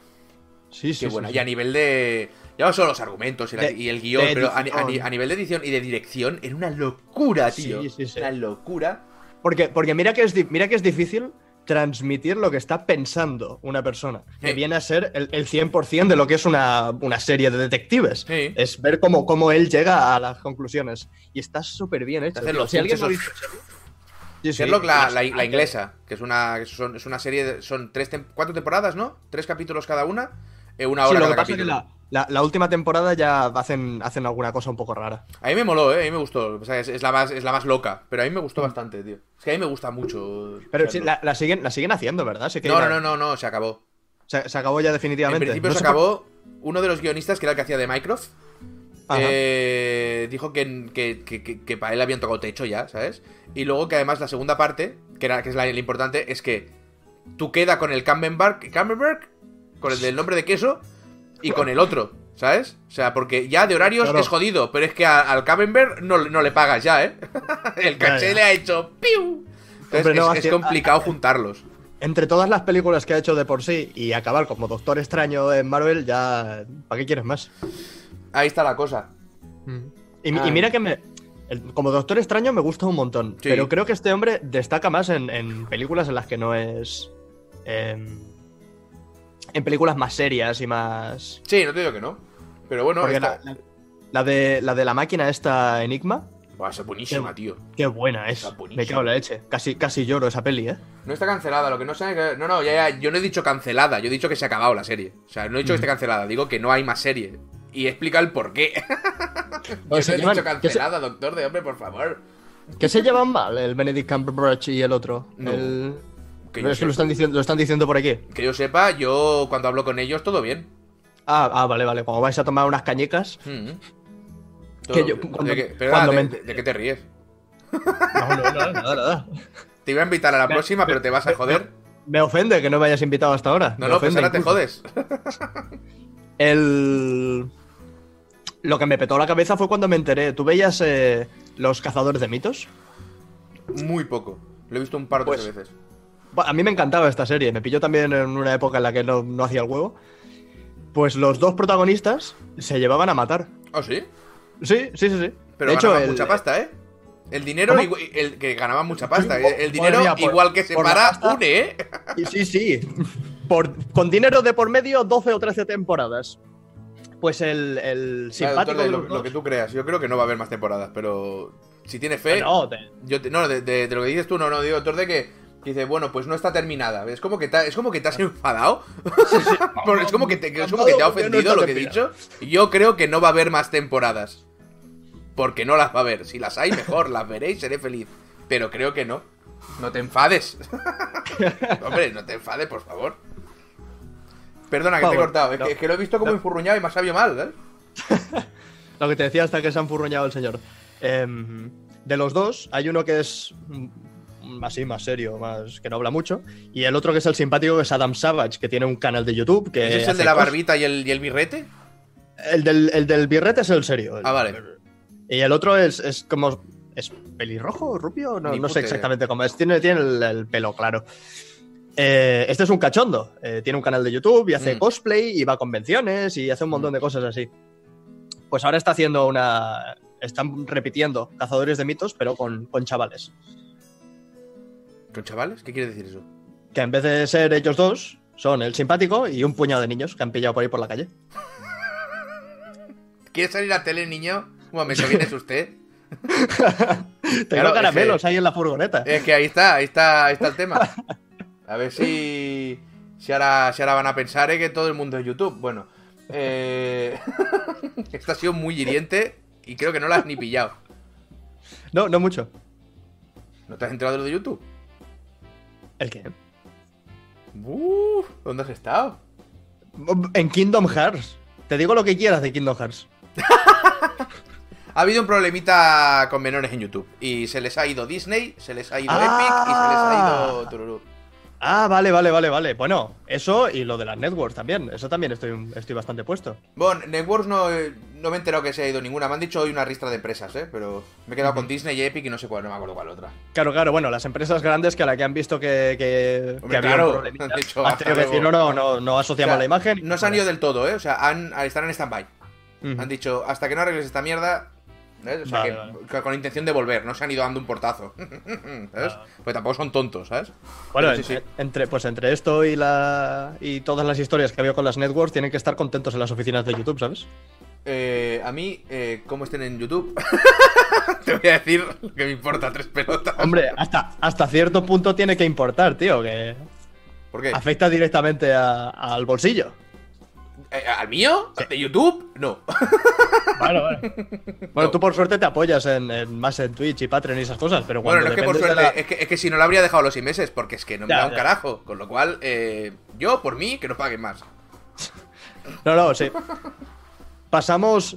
Sí, sí. Qué sí, buena. sí. Y a nivel de. Ya no solo los argumentos y, la- De- y el guión, de pero a, ni- a ni- edición. a nivel de edición y de dirección era una locura, tío. Sí, sí, sí. Una locura. Porque, porque mira, que es, di- mira que es difícil transmitir lo que está pensando una persona, que Sí. viene a ser el, el 100% de lo que es una, una serie de detectives. Sí. Es ver cómo, cómo él llega a las conclusiones. Y está súper bien hecho. Te hacen tío. los Si alguien pinchos lo esos- dice- Sí, sí. Sherlock, la, la- la inglesa, que es una, que son, es una serie. de- son tres tem- cuatro temporadas, ¿no? Tres capítulos cada una. eh, una Sí, hora lo cada que pasa es que capítulo. la, la- la última temporada ya hacen, hacen alguna cosa un poco rara. A mí me moló, ¿eh? A mí me gustó. O sea, es, es la más, es la más loca, pero a mí me gustó bastante, tío. Es que a mí me gusta mucho. Mm. Pero sí, Sherlock. la, la siguen, la siguen haciendo, ¿verdad? Sí que No, la- no, no, no, no, se acabó. Se, se acabó ya En definitivamente. principio No se sé por- acabó uno de los guionistas, que era el que hacía de Mycroft. Ajá. Eh, dijo que, que, que- que- que para él habían tocado techo ya, ¿sabes? Y luego que además la segunda parte, que, era, que es la, la importante, es que tú queda con el Camembert, Camembert, con el del nombre de queso, y con el otro, ¿sabes? O sea, porque ya de horarios Claro. es jodido, pero es que a- al Camembert no, no le pagas ya, ¿eh? el caché Ya, ya. le ha hecho ¡piu! Entonces Hombre, no, es, es hacia- complicado juntarlos. Entre todas las películas que ha hecho de por sí y acabar como Doctor Extraño en Marvel, ya. ¿Para qué quieres más? Ahí está la cosa. Y, mi- y Ay. mira que me. el- como Doctor Extraño me gusta un montón. Ah. Sí. Pero creo que este hombre destaca más en, en películas en las que no es. em, en películas más serias y más. Sí, no te digo que no. Pero bueno, Porque esta- la, la- la de, la de la máquina, esta Enigma, va a ser buenísima, tío. qué buena es. Está buenísima. Me cago en la leche. Casi, casi lloro esa peli, ¿eh? No está cancelada, lo que no sé. No, no, ya, ya, yo no he dicho cancelada, yo he dicho que se ha acabado la serie. O sea, no he dicho que Mm. esté cancelada, digo que no hay más serie. Y explica el por qué. Que yo no he dicho se llevan- que se- cancelada, doctor de hombre, por favor. que se llevan mal el Benedict Cumberbatch y el otro? No. El- Que Pero yo, es que sepa, lo están, diciendo, lo están diciendo por aquí. que yo sepa, yo cuando hablo con ellos, todo bien. Ah, ah, vale, vale. Cuando vais a tomar unas cañecas. Mm. Que yo- bien. ¿De, cuando- qué- pero cuando nada, me- de, de qué te ríes? No, no, no, nada, nada. Te iba a invitar a la Ve- próxima, pero te vas a joder. Me ofende que no me hayas invitado hasta ahora. No, Me no, pues ofende ahora te incluso. jodes. El... Lo que me petó la cabeza fue cuando me enteré. ¿Tú veías eh, Los Cazadores de Mitos? Muy poco. Lo he visto un par o tres Pues- veces. Bah, A mí me encantaba esta serie. Me pilló también en una época en la que no, no hacía el huevo. Pues los dos protagonistas se llevaban a matar. ¿Oh, sí? Sí, sí, sí, sí. Pero de hecho, ganaba el- mucha pasta, ¿eh? El dinero, ¿Cómo? igu- el que ganaba mucha pasta. ¿eh? Sí, por- El dinero, madre mía, por- igual que se por la para, pasta. une, ¿eh? Y Sí, sí. Por, con dinero de por medio, 12 o 13 temporadas. Pues el, el Claro, simpático. doctor, de lo, los lo dos- que tú creas. Yo creo que no va a haber más temporadas, pero si tienes fe. No, te- Yo te- no, de, de- de lo que dices tú, no, no, digo, doctor, de que, que dice, bueno, pues no está terminada. Es como que te, es como que te has enfadado. Por- es como que te, es como que te ha No, porque no ofendido está lo que he dicho. terminada. Yo creo que no va a haber más temporadas. Porque no las va a haber. Si las hay, mejor, las veréis, seré feliz. Pero creo que no. No te enfades. Hombre, no te enfades, por favor. Perdona que te he Por favor, cortado. Es, no. que, es que lo he visto como No. enfurruñado y me ha sabido mal, ¿eh? Lo que te decía hasta que se han furruñado el señor. Em, de los dos, hay uno que es mm, así, más serio, más que no habla mucho. Y el otro que es el simpático, que es Adam Savage, que tiene un canal de YouTube. Que ¿Ese es el hace de la cosas. barbita y el, y el birrete? El del, el del birrete es el serio. el- Ah, vale. Y el otro es, es como. ¿Es pelirrojo? ¿Rubio? No, Ni no puta sé idea. exactamente cómo es. Tiene, tiene el, el pelo claro. Eh, este es un cachondo. Eh, tiene un canal de YouTube y hace Mm. cosplay y va a convenciones y hace un montón de cosas así. Pues ahora está haciendo una. Están repitiendo Cazadores de Mitos, pero con, con chavales. ¿Con chavales? ¿Qué quiere decir eso? Que en vez de ser ellos dos, son el simpático y un puñado de niños que han pillado por ahí por la calle. ¿Quieres salir a tele, niño? Un momento, ¿vienes usted? Tengo Claro, es que- eh, caramelos ahí en la furgoneta. Es que ahí está, ahí está, ahí está el tema. A ver si. Si ahora, si ahora van a pensar eh, que todo el mundo es YouTube. Bueno, eh... esto ha sido muy hiriente y creo que no lo has ni pillado. No, no mucho. ¿No te has enterado de lo de YouTube? ¿El qué? Uf, ¿Dónde has estado? En Kingdom Hearts. Te digo lo que quieras de Kingdom Hearts. Ha habido un problemita con menores en YouTube. Y se les ha ido Disney, se les ha ido Ah. Epic y se les ha ido Tururú. Ah, vale, vale, vale, vale. Bueno, eso y lo de las networks también. Eso también estoy, estoy bastante puesto. Bueno, Networks no, eh, no me he enterado que se ha ido ninguna. Me han dicho hoy una ristra de empresas, ¿eh? Pero me he quedado con Disney y Epic y no sé cuál, no me acuerdo cuál otra. Claro, claro, bueno, las empresas grandes que a la que han visto que, que, Hombre, que había claro, un problemita, han dicho, han tenido que hasta decir, no, luego. no, no, no asociamos O sea, la imagen. No se han ido del todo, ¿eh? O sea, han, están en stand-by. Ujú. Han dicho, hasta que no arregles esta mierda. ¿sabes? O sea, Vale, que, vale. que con intención de volver, no se han ido dando un portazo. ¿Sabes? Claro. Pues tampoco son tontos, ¿sabes? Bueno, Pero sí, entre, entre- pues entre esto y la y todas las historias que había con las networks, tienen que estar contentos en las oficinas de YouTube, ¿sabes? Eh, a mí, eh, como estén en YouTube, te voy a decir lo que me importa tres pelotas. Hombre, hasta, hasta cierto punto tiene que importar, tío, que ¿Por qué? afecta directamente a- al bolsillo. Eh, ¿Al mío? ¿De YouTube? No. Bueno, tú por suerte te apoyas en, en- más en Twitch y Patreon y esas cosas, pero Bueno, cuando no es que por dependes suerte, de la- es, que, es que si no lo habría dejado los seis meses, porque es que no me Ya, da un ya. carajo. Con lo cual, eh, yo, por mí, que no paguen más. No, no, sí. Pasamos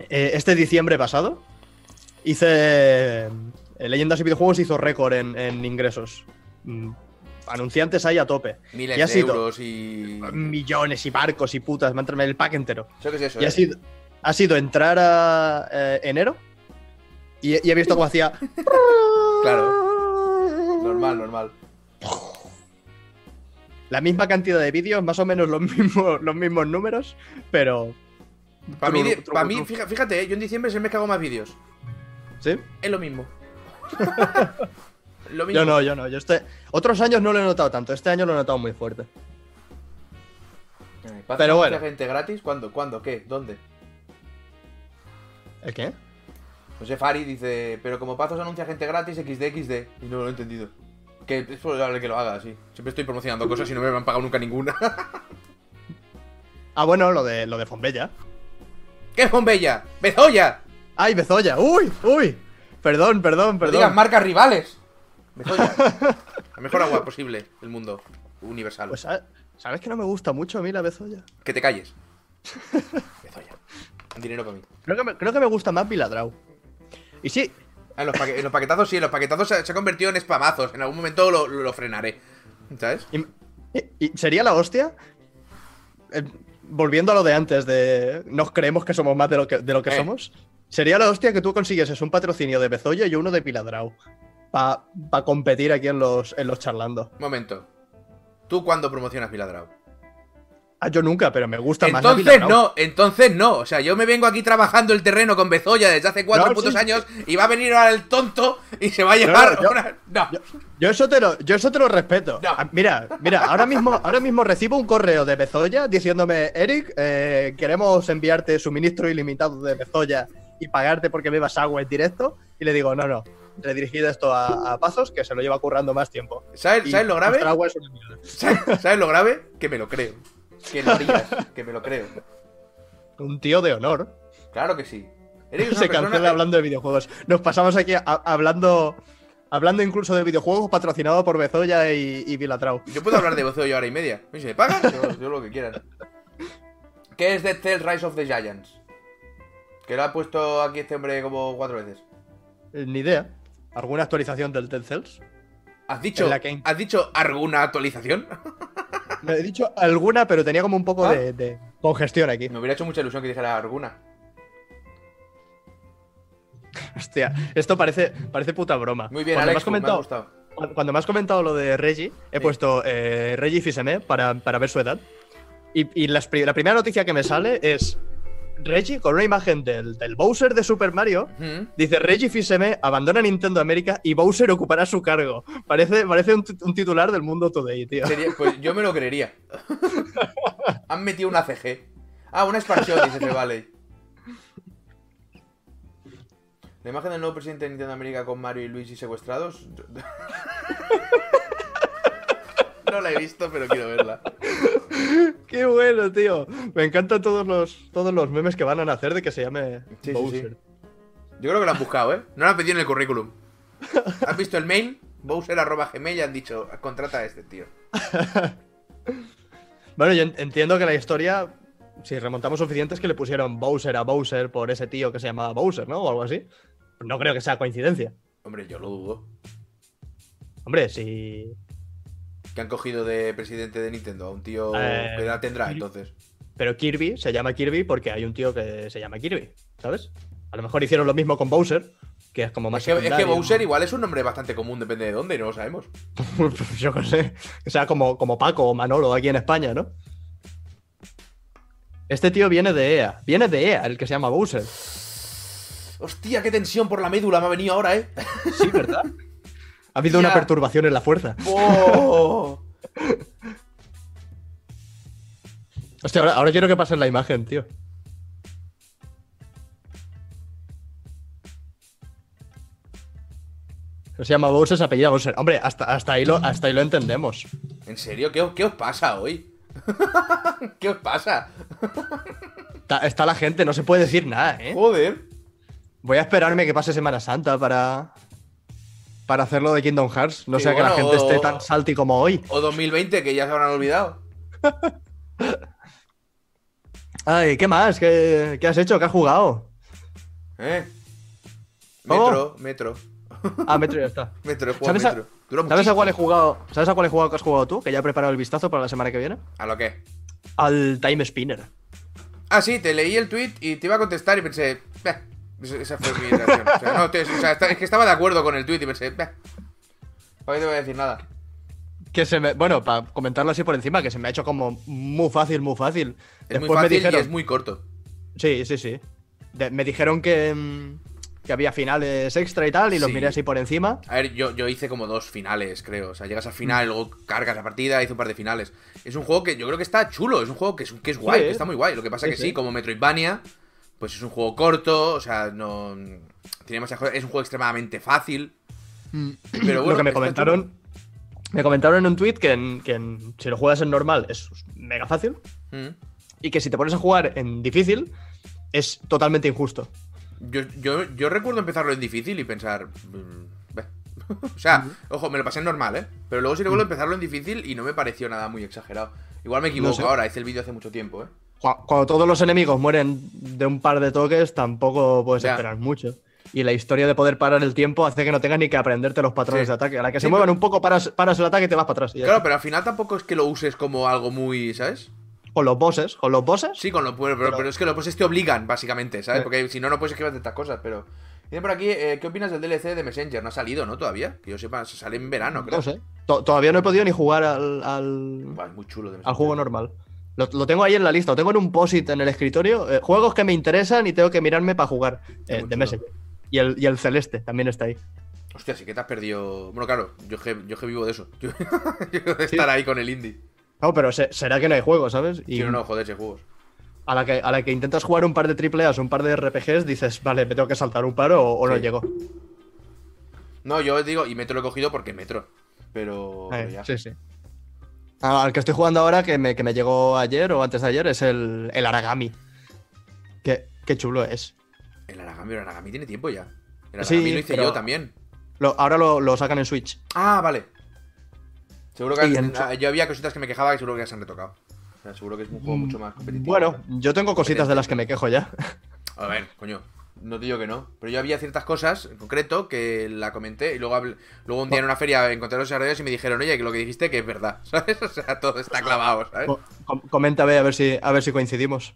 eh, este diciembre pasado hice. eh, Leyendas y videojuegos hizo récord en, en ingresos. Mm, Anunciantes ahí a tope. Miles Y ha de sido- euros y. Millones y barcos y putas, me han traído el pack entero. ¿Eso qué es eso? Y eh? ha sido, ha sido entrar a eh, enero y, y he visto cómo hacía. Claro. Normal, normal. La misma cantidad de vídeos, más o menos los mismos, los mismos números, pero. Para mí, Tru- tru- pa' mí, tru- fija- fíjate, eh, yo en diciembre siempre que hago más vídeos. ¿Sí? Es lo mismo. lo mismo. Yo no, yo no. Yo este- Otros años no lo he notado tanto, este año lo he notado muy fuerte. Eh, ¿pasa Pero mucha bueno. gente gratis? ¿Cuándo? ¿Cuándo? ¿Qué? ¿Dónde? ¿El qué? No sé, Fari dice, pero como Pazos anuncia gente gratis, XD, XD. Y no lo he entendido. Que es probable que lo haga, sí. Siempre estoy promocionando cosas y no me han pagado nunca ninguna. Ah, bueno, lo de, lo de Fonbella. ¿Qué es Bombella? ¡Bezoya! ¡Ay, Bezoya! ¡Uy! ¡Uy! Perdón, perdón, No digas perdón. marcas rivales. Bezoya. La mejor agua posible del mundo universal. Pues, ¿sabes? ¿Sabes que no me gusta mucho a mí la Bezoya? Que te calles. Bezoya. Dinero para mí. Creo que me, creo que me gusta más Viladrau. Y sí, Ah, en, los paque- en los paquetazos sí, en los paquetazos se, se ha convertido en spamazos. En algún momento lo, lo- lo frenaré. ¿Sabes? Y, y- y sería la hostia. eh, volviendo a lo de antes, de nos creemos que somos más de lo que, de lo que Eh. somos. Sería la hostia que tú consiguieses un patrocinio de Bezoya y uno de Piladrau. Para competir aquí en los, en los charlando. Momento. ¿Tú cuándo promocionas Miladrau? Ah, yo nunca, pero me gusta más. la Entonces Viladrau. no, entonces no. O sea, yo me vengo aquí trabajando el terreno con Bezoya desde hace cuatro No, putos sí. años y va a venir ahora el tonto y se va a no, llevar yo- una- No. Yo, yo eso te lo, yo eso te lo respeto. No. Ah, Mira, mira, ahora mismo, ahora mismo recibo un correo de Bezoya diciéndome, Eric, eh, queremos enviarte suministro ilimitado de Bezoya y pagarte porque bebas agua en directo. Y le digo, no, no, redirigid esto a, a Pazos, que se lo lleva currando más tiempo. ¿Sabes, Y sabes lo grave? vuestra agua es una mierda. ¿Sabes, sabes lo grave? Que me lo creo. Que lo harías, que me lo creo. Un tío de honor. Claro que sí. Eres una Se persona- cancela hablando de videojuegos. Nos pasamos aquí a- hablando, hablando incluso de videojuegos patrocinado por Bezoya y, y Vilatrau. Yo puedo hablar de voceo yo hora y media. A mí Si me pagan, yo, yo lo que quieran. ¿Qué es Dead Cell Rise of the Giants? Que lo ha puesto aquí este hombre como cuatro veces. Eh, Ni idea. ¿Alguna actualización del Dead Cells? ¿Has dicho, En la que- ¿Has dicho alguna actualización? Me he dicho alguna, pero tenía como un poco Ah. de, de congestión aquí. Me hubiera hecho mucha ilusión que dijera alguna. Hostia, esto parece, parece puta broma. Muy bien, cuando Alex, Pues me has me ha comentado, gustado. cu- cuando me has comentado lo de Reggie, he Sí. puesto eh, Reggie Fiseme para, para ver su edad. Y, y las pri- la primera noticia que me sale es Reggie con una imagen del, del Bowser de Super Mario. Mm. Dice Reggie Fiseme abandona Nintendo América y Bowser ocupará su cargo. Parece, parece un, tit- un titular del mundo today, tío. Sería- pues yo me lo creería. Han metido una CG. Ah, una expansión, dice que vale. La imagen del nuevo presidente de Nintendo América con Mario y Luigi secuestrados. No la he visto, pero quiero verla. Qué bueno, tío. Me encantan todos los, todos los memes que van a nacer de que se llame Sí, sí, Bowser. sí. Yo creo que la han buscado, ¿eh? No la han pedido en el currículum. ¿Has visto el mail? Bowser.gmail y han dicho, contrata a este tío. Bueno, yo en- entiendo que la historia, si remontamos suficientes, que le pusieron Bowser a Bowser por ese tío que se llamaba Bowser, ¿no? O algo así. No creo que sea coincidencia. Hombre, yo lo dudo. Hombre, si. Que han cogido de presidente de Nintendo a un tío... Eh, ¿Qué edad tendrá, entonces? Pero Kirby se llama Kirby porque hay un tío que se llama Kirby, ¿sabes? A lo mejor hicieron lo mismo con Bowser, que es como más. Es que, es que secundario. Bowser igual es un nombre bastante común, depende de dónde, y no lo sabemos. Pues, Yo qué sé. O sea, como, como Paco o Manolo aquí en España, ¿no? Este tío viene de EA. Viene de EA, el que se llama Bowser. Hostia, qué tensión por la médula me ha venido ahora, ¿eh? Sí, ¿verdad? ha habido una Ya. perturbación en la fuerza. ¡Oh! Hostia, ahora, ahora quiero que pasen la imagen, tío. Se llama Bowser, se apellida Bowser. Hombre, hasta, hasta, ahí, lo, hasta ahí lo entendemos. ¿En serio? ¿Qué, os- qué os pasa hoy? ¿Qué os pasa? Está, está la gente, no se puede decir nada, ¿eh? Joder. Voy a esperarme que pase Semana Santa para, para hacerlo de Kingdom Hearts. No Sí, sea que la bueno, gente esté o- tan salty como hoy. O 2020, que ya se habrán olvidado. Ay, ¿qué más? ¿Qué, qué has hecho? ¿Qué has jugado? ¿Eh? ¿Cómo? Metro, metro. Ah, Metro ya está. Metro, he jugado Oh. ¿Sabes a- metro. Dura ¿Sabes a muchísimo. cuál he jugado? ¿Sabes a cuál he jugado que has jugado tú? Que ya he preparado el vistazo para la semana que viene. ¿A lo que? Al Time Spinner. Ah, sí, te leí el tweet y te iba a contestar y pensé. "Bah". Esa esa fue mi reacción. O sea, no, te- o sea, está- es que estaba de acuerdo con el tweet y pensé. "Bah". Hoy no voy a decir nada. Que se me. Bueno, para comentarlo así por encima, que se me ha hecho como muy fácil, muy fácil. Es Después muy fácil me dijeron. y es muy corto. Sí, sí, sí. De- me dijeron que, mm, que había finales extra y tal, y los Sí. miré así por encima. A ver, yo, yo hice como dos finales, creo. O sea, llegas al Mm. final, luego cargas la partida, hice un par de finales. Es un juego que yo creo que está chulo, es un juego que es, que es guay, Sí, que eh. está muy guay. Lo que pasa Sí, que sí. sí, como Metroidvania, pues es un juego corto, o sea, no. Tiene más Es un juego extremadamente fácil. Pero bueno, Mm. lo que me está comentaron. Me comentaron en un tweet que, en- que en- si lo juegas en normal es mega fácil. Mm. Y que si te pones a jugar en difícil, es totalmente injusto. Yo, yo, yo recuerdo empezarlo en difícil y pensar. mm, "Beh". o sea, ojo, me lo pasé en normal, ¿eh? Pero luego sí recuerdo Mm. empezarlo en difícil y no me pareció nada muy exagerado. Igual me equivoco sé. ahora, hice el vídeo hace mucho tiempo, ¿eh? Cua- Cuando todos los enemigos mueren de un par de toques, tampoco puedes Ya. esperar mucho. Y la historia de poder parar el tiempo hace que no tengas ni que aprenderte los patrones Sí. de ataque. A la que Sí, se muevan pero- un poco, paras, paras el ataque y te vas para atrás. y ya Claro, pero al final tampoco es que lo uses como algo muy, ¿sabes? está. Con los bosses, con los bosses, Sí, con lo pero, pero, pero es que los bosses te obligan, básicamente, ¿sabes? Sí. Porque si no, no puedes esquivar de estas cosas, pero. Dicen por aquí, eh, ¿qué opinas del DLC de Messenger? No ha salido, ¿no? Todavía. Que yo sepa, se sale en verano, creo. no sé. To- todavía no he podido ni jugar al, al, Buah, es muy chulo de Messenger. al juego normal. Lo, lo tengo ahí en la lista, lo tengo en un post en el escritorio. eh, juegos que me interesan y tengo que mirarme para jugar Qué eh, muy de chulo. Messenger. Y el, y el celeste también está ahí. Hostia, sí que te has perdido. Bueno, claro, yo es que, yo es que vivo de eso. Yo, yo de estar ahí con el indie. No, pero se- será que no hay juego, ¿sabes? Y Si no, no, joder, ese juegos. A, la que, a la que intentas jugar un par de triple A's, un par de RPGs, dices, vale, me tengo que saltar un par o, o no Sí. llego. No, yo os digo, y Metro lo he cogido porque Metro. Pero. pero Eh, ya. sí, sí. Ah, Al que estoy jugando ahora, que me, que me llegó ayer o antes de ayer, es el, el Aragami. Qué, qué chulo es. El Aragami, el Aragami tiene tiempo ya. El Aragami Sí, lo hice pero- yo también. Lo- ahora lo, lo sacan en Switch. Ah, vale. Seguro que Y en- ah, yo había cositas que me quejaba y seguro que ya se han retocado. O sea, seguro que es un juego mucho más competitivo. Mm, Bueno, yo tengo cositas de las que me quejo ya. A ver, coño. No te digo que no. Pero yo había ciertas cosas en concreto que la comenté y lugo habl- luego un día en una feria encontré a los desarrolladores y me dijeron, oye, que lo que dijiste que es verdad, ¿sabes? O sea, todo está clavado, ¿sabes? Co- com- comenta, ve, a ver si, a ver si coincidimos.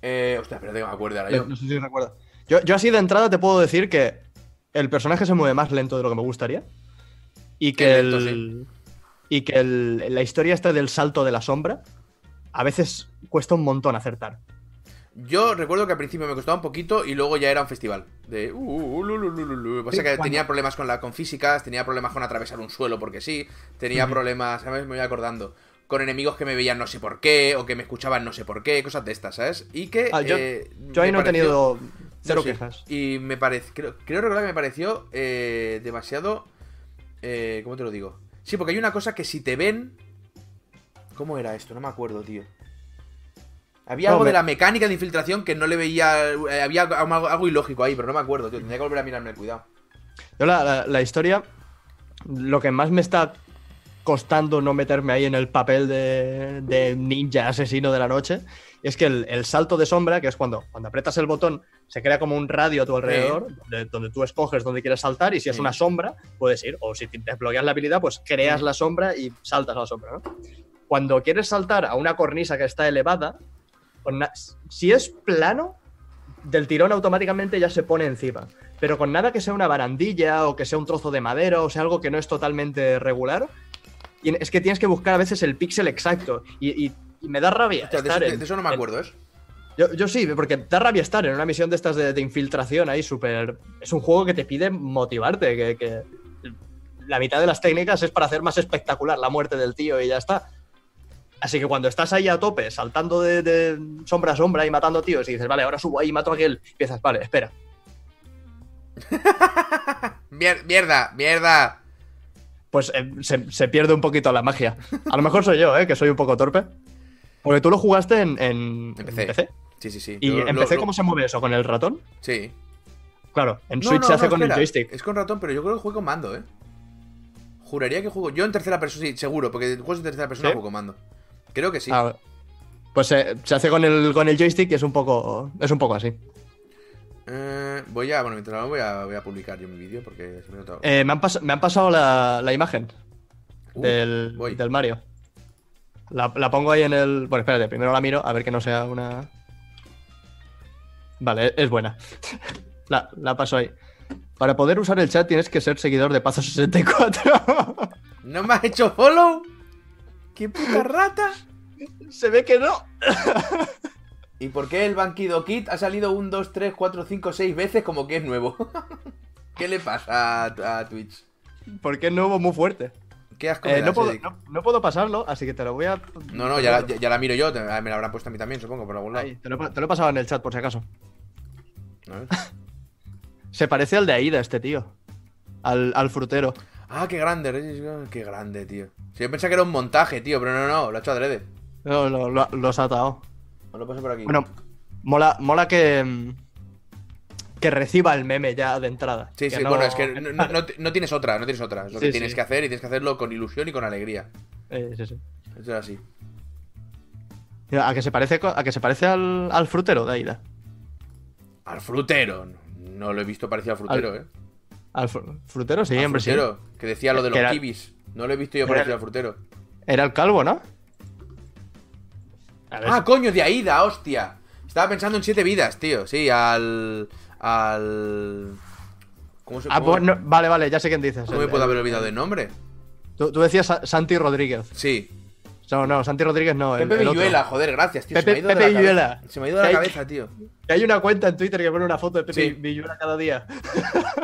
Eh, hostia, espérate que me acuerdo ahora yo. No sé si recuerdas. Yo, yo así de entrada te puedo decir que el personaje se mueve más lento de lo que me gustaría. Y que Es lento, el- Y que el- la historia esta del salto de la sombra. A veces cuesta un montón acertar. Yo recuerdo que al principio me costaba un poquito y luego ya era un festival. De uh, uh, lu, lu, lu, lu, lu. Lo que Pasa Sí, que cuando- tenía problemas con la con físicas, tenía problemas con atravesar un suelo porque sí, tenía problemas, ¿sabes? Me voy acordando. Con enemigos que me veían no sé por qué, o que me escuchaban no sé por qué, cosas de estas, ¿sabes? Y que. Ah, yo- eh, Yo ahí me no he pareció- tenido cero sí, quejas. Y me parece. Creo, creo recordar que me pareció eh, demasiado. eh, ¿Cómo te lo digo? Sí, porque hay una cosa que si te ven. ¿Cómo era esto? No me acuerdo, tío. Había No, algo me- de la mecánica de infiltración que no le veía. eh, había algo, algo ilógico ahí, pero no me acuerdo, tío. Tendría que volver a mirarme, cuidado. Yo la, la- la historia, lo que más me está costando no meterme ahí en el papel de, de ninja asesino de la noche, es que el, el salto de sombra, que es cuando, cuando aprietas el botón, se crea como un radio a tu alrededor, donde, donde tú escoges donde quieres saltar y si es Sí. una sombra, puedes ir, o si te desbloqueas la habilidad, pues creas la sombra y saltas a la sombra. ¿no? Cuando quieres saltar a una cornisa que está elevada, con na- si es plano, del tirón automáticamente ya se pone encima. Pero con nada que sea una barandilla o que sea un trozo de madera o sea algo que no es totalmente regular, y es que tienes que buscar a veces el píxel exacto. Y, y- y me da rabia. Hostia, de, estar eso, de- en- de eso no me en- acuerdo, ¿eh? yo, yo sí, porque da rabia estar en una misión de estas de, de infiltración ahí súper... Es un juego que te pide motivarte, que, que la mitad de las técnicas es para hacer más espectacular la muerte del tío y ya está. Así que cuando estás ahí a tope, saltando de, de sombra a sombra y matando tíos y dices, vale, ahora subo ahí y mato a aquel, empiezas, vale, espera. Mier- mierda, mierda. Pues eh, se, se pierde un poquito la magia. A lo mejor soy yo, ¿eh? Que soy un poco torpe. Porque tú lo jugaste en, en- en Empecé. PC. Sí, sí, sí. ¿Y Yo lo- empecé lo- cómo se mueve eso? ¿Con el ratón? Sí. Claro, en No, Switch no, se hace no, con espera. el joystick. Es con ratón, pero yo creo que juego con mando, ¿eh? Juraría que juego. Yo en tercera persona, sí, seguro, porque juegos en tercera persona ¿Sí? juego con mando. Creo que sí. Ah, eh, pues se, se hace con el, con el joystick y es un poco, es un poco así. Eh, voy a. Bueno, mientras lo voy a, voy a publicar yo mi vídeo porque se me ha notado. Eh, me, han pas- me han pasado la, la imagen Uh, del, voy. del Mario. La, la pongo ahí en el. Bueno, espérate, primero la miro, a ver que no sea una. Vale, e-, es buena. La, la paso ahí. Para poder usar el chat tienes que ser seguidor de Pazo64. ¿No me has hecho follow? ¡Qué puta rata! Se ve que no. ¿Y por qué el Banquido Kit ha salido un, dos, tres, cuatro, cinco, seis veces como que es nuevo? ¿Qué le pasa a, a Twitch? Porque no hubo muy fuerte. ¿Qué asco Eh, me da no, puedo, ese- no- no puedo pasarlo, así que te lo voy a. No, no, ya, la- ya- ya la miro yo. te- ah, Me la habrán puesto a mí también, supongo, por algún lado. Ahí, te, lo, he pa- te lo he pasado en el chat por si acaso. A ver. Se parece al de Aida, este tío. Al, al frutero. Ah, qué grande, Regis, qué grande, tío. Si yo pensaba que era un montaje, tío, pero no, no, lo ha hecho adrede. No, lo, lo- los ha atado. Os lo paso por aquí. Bueno, mola, mola que. mm, Que reciba el meme ya de entrada. sí, sí, no- bueno, es que no, no- no te- no tienes otra, no tienes otra. Es lo Sí, que tienes sí. que hacer y tienes que hacerlo con ilusión y con alegría. Eh, sí, sí. Eso es así. Mira, A que se parece, co- a que se parece al, al frutero de Aida. Al frutero. No lo he visto parecido al frutero, ¿eh? Al fru- frutero, sí, Al hombre, frutero, que decía lo de los Que era- kibis. No lo he visto yo Era- parecido al frutero. sí. Era el calvo, ¿no? A ver, Ah, coño, de Aida, hostia. Estaba pensando en siete vidas, tío. Sí, al. Al. ¿Cómo se ah, cómo- pues no- vale, vale, ya sé quién dices. cómo me El- puedo el- haber olvidado de nombre? Tú, tú decías Sa- Santi Rodríguez. Sí. No, no, Santi Rodríguez no. el- Pepe el otro. Villuela, joder, gracias, tío. se Pepe- me ha ido de Pepe la Villuela. cabeza. Se me ha ido de la Hay- cabeza, tío. Que Hay una cuenta en Twitter que pone una foto de Pepe Sí. Villuela cada día.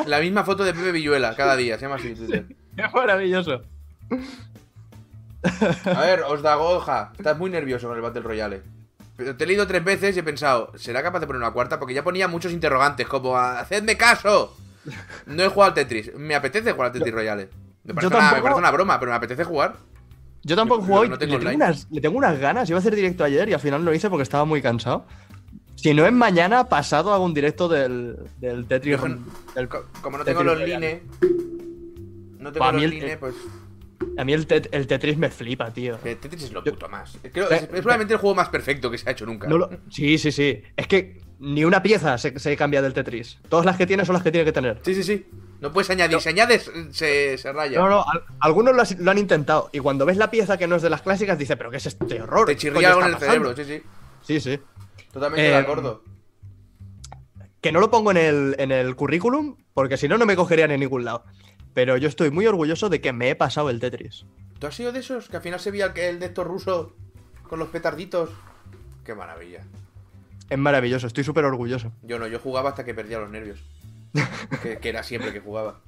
La misma foto de Pepe Villuela cada día, se llama así. Twitter. Es maravilloso. A ver, Osdagoja, estás muy nervioso con el Battle Royale. Pero te he leído tres veces y he pensado, ¿será capaz de poner una cuarta? Porque ya ponía muchos interrogantes, como, ¡hacedme caso! No he jugado al Tetris. Me apetece jugar al Tetris Royale. Me parece, yo una, me tampoco- parece una broma, pero me apetece jugar. Yo tampoco Yo- he jugado yo no y tengo le, tengo online. unas, le tengo unas ganas. Iba a hacer directo ayer y al final no lo hice porque estaba muy cansado. Si no es mañana, pasado hago un directo del, del Tetris. Yo no- del- Co- Como no tengo Tetris los Royale. line... No tengo Pa' los mí el- line, pues... a mí el, tet- el Tetris me flipa, tío. que Tetris es lo Yo- puto más. Creo- es, es probablemente el juego más perfecto que se ha hecho nunca. No lo- sí, sí, sí. Es que ni una pieza se, se cambia del Tetris. Todas las que tiene son las que tiene que tener. Sí, sí, sí. No puedes añadir. Si añades, se, se raya. No, no, al- algunos lo, has- lo han intentado. Y cuando ves la pieza que no es de las clásicas, dices, ¿pero qué es este horror? Te ¿Qué chirría coño algo en está el pasando?". cerebro, sí, sí. Sí, sí. Totalmente de Eh, acuerdo. Que no lo pongo en el, en el currículum, porque si no, no me cogerían en ningún lado. Pero yo estoy muy orgulloso de que me he pasado el Tetris. ¿Tú has sido de esos? Que al final se veía el, el de estos rusos con los petarditos. Qué maravilla. Es maravilloso, estoy súper orgulloso. Yo no, yo jugaba hasta que perdía los nervios. que, que era siempre que jugaba.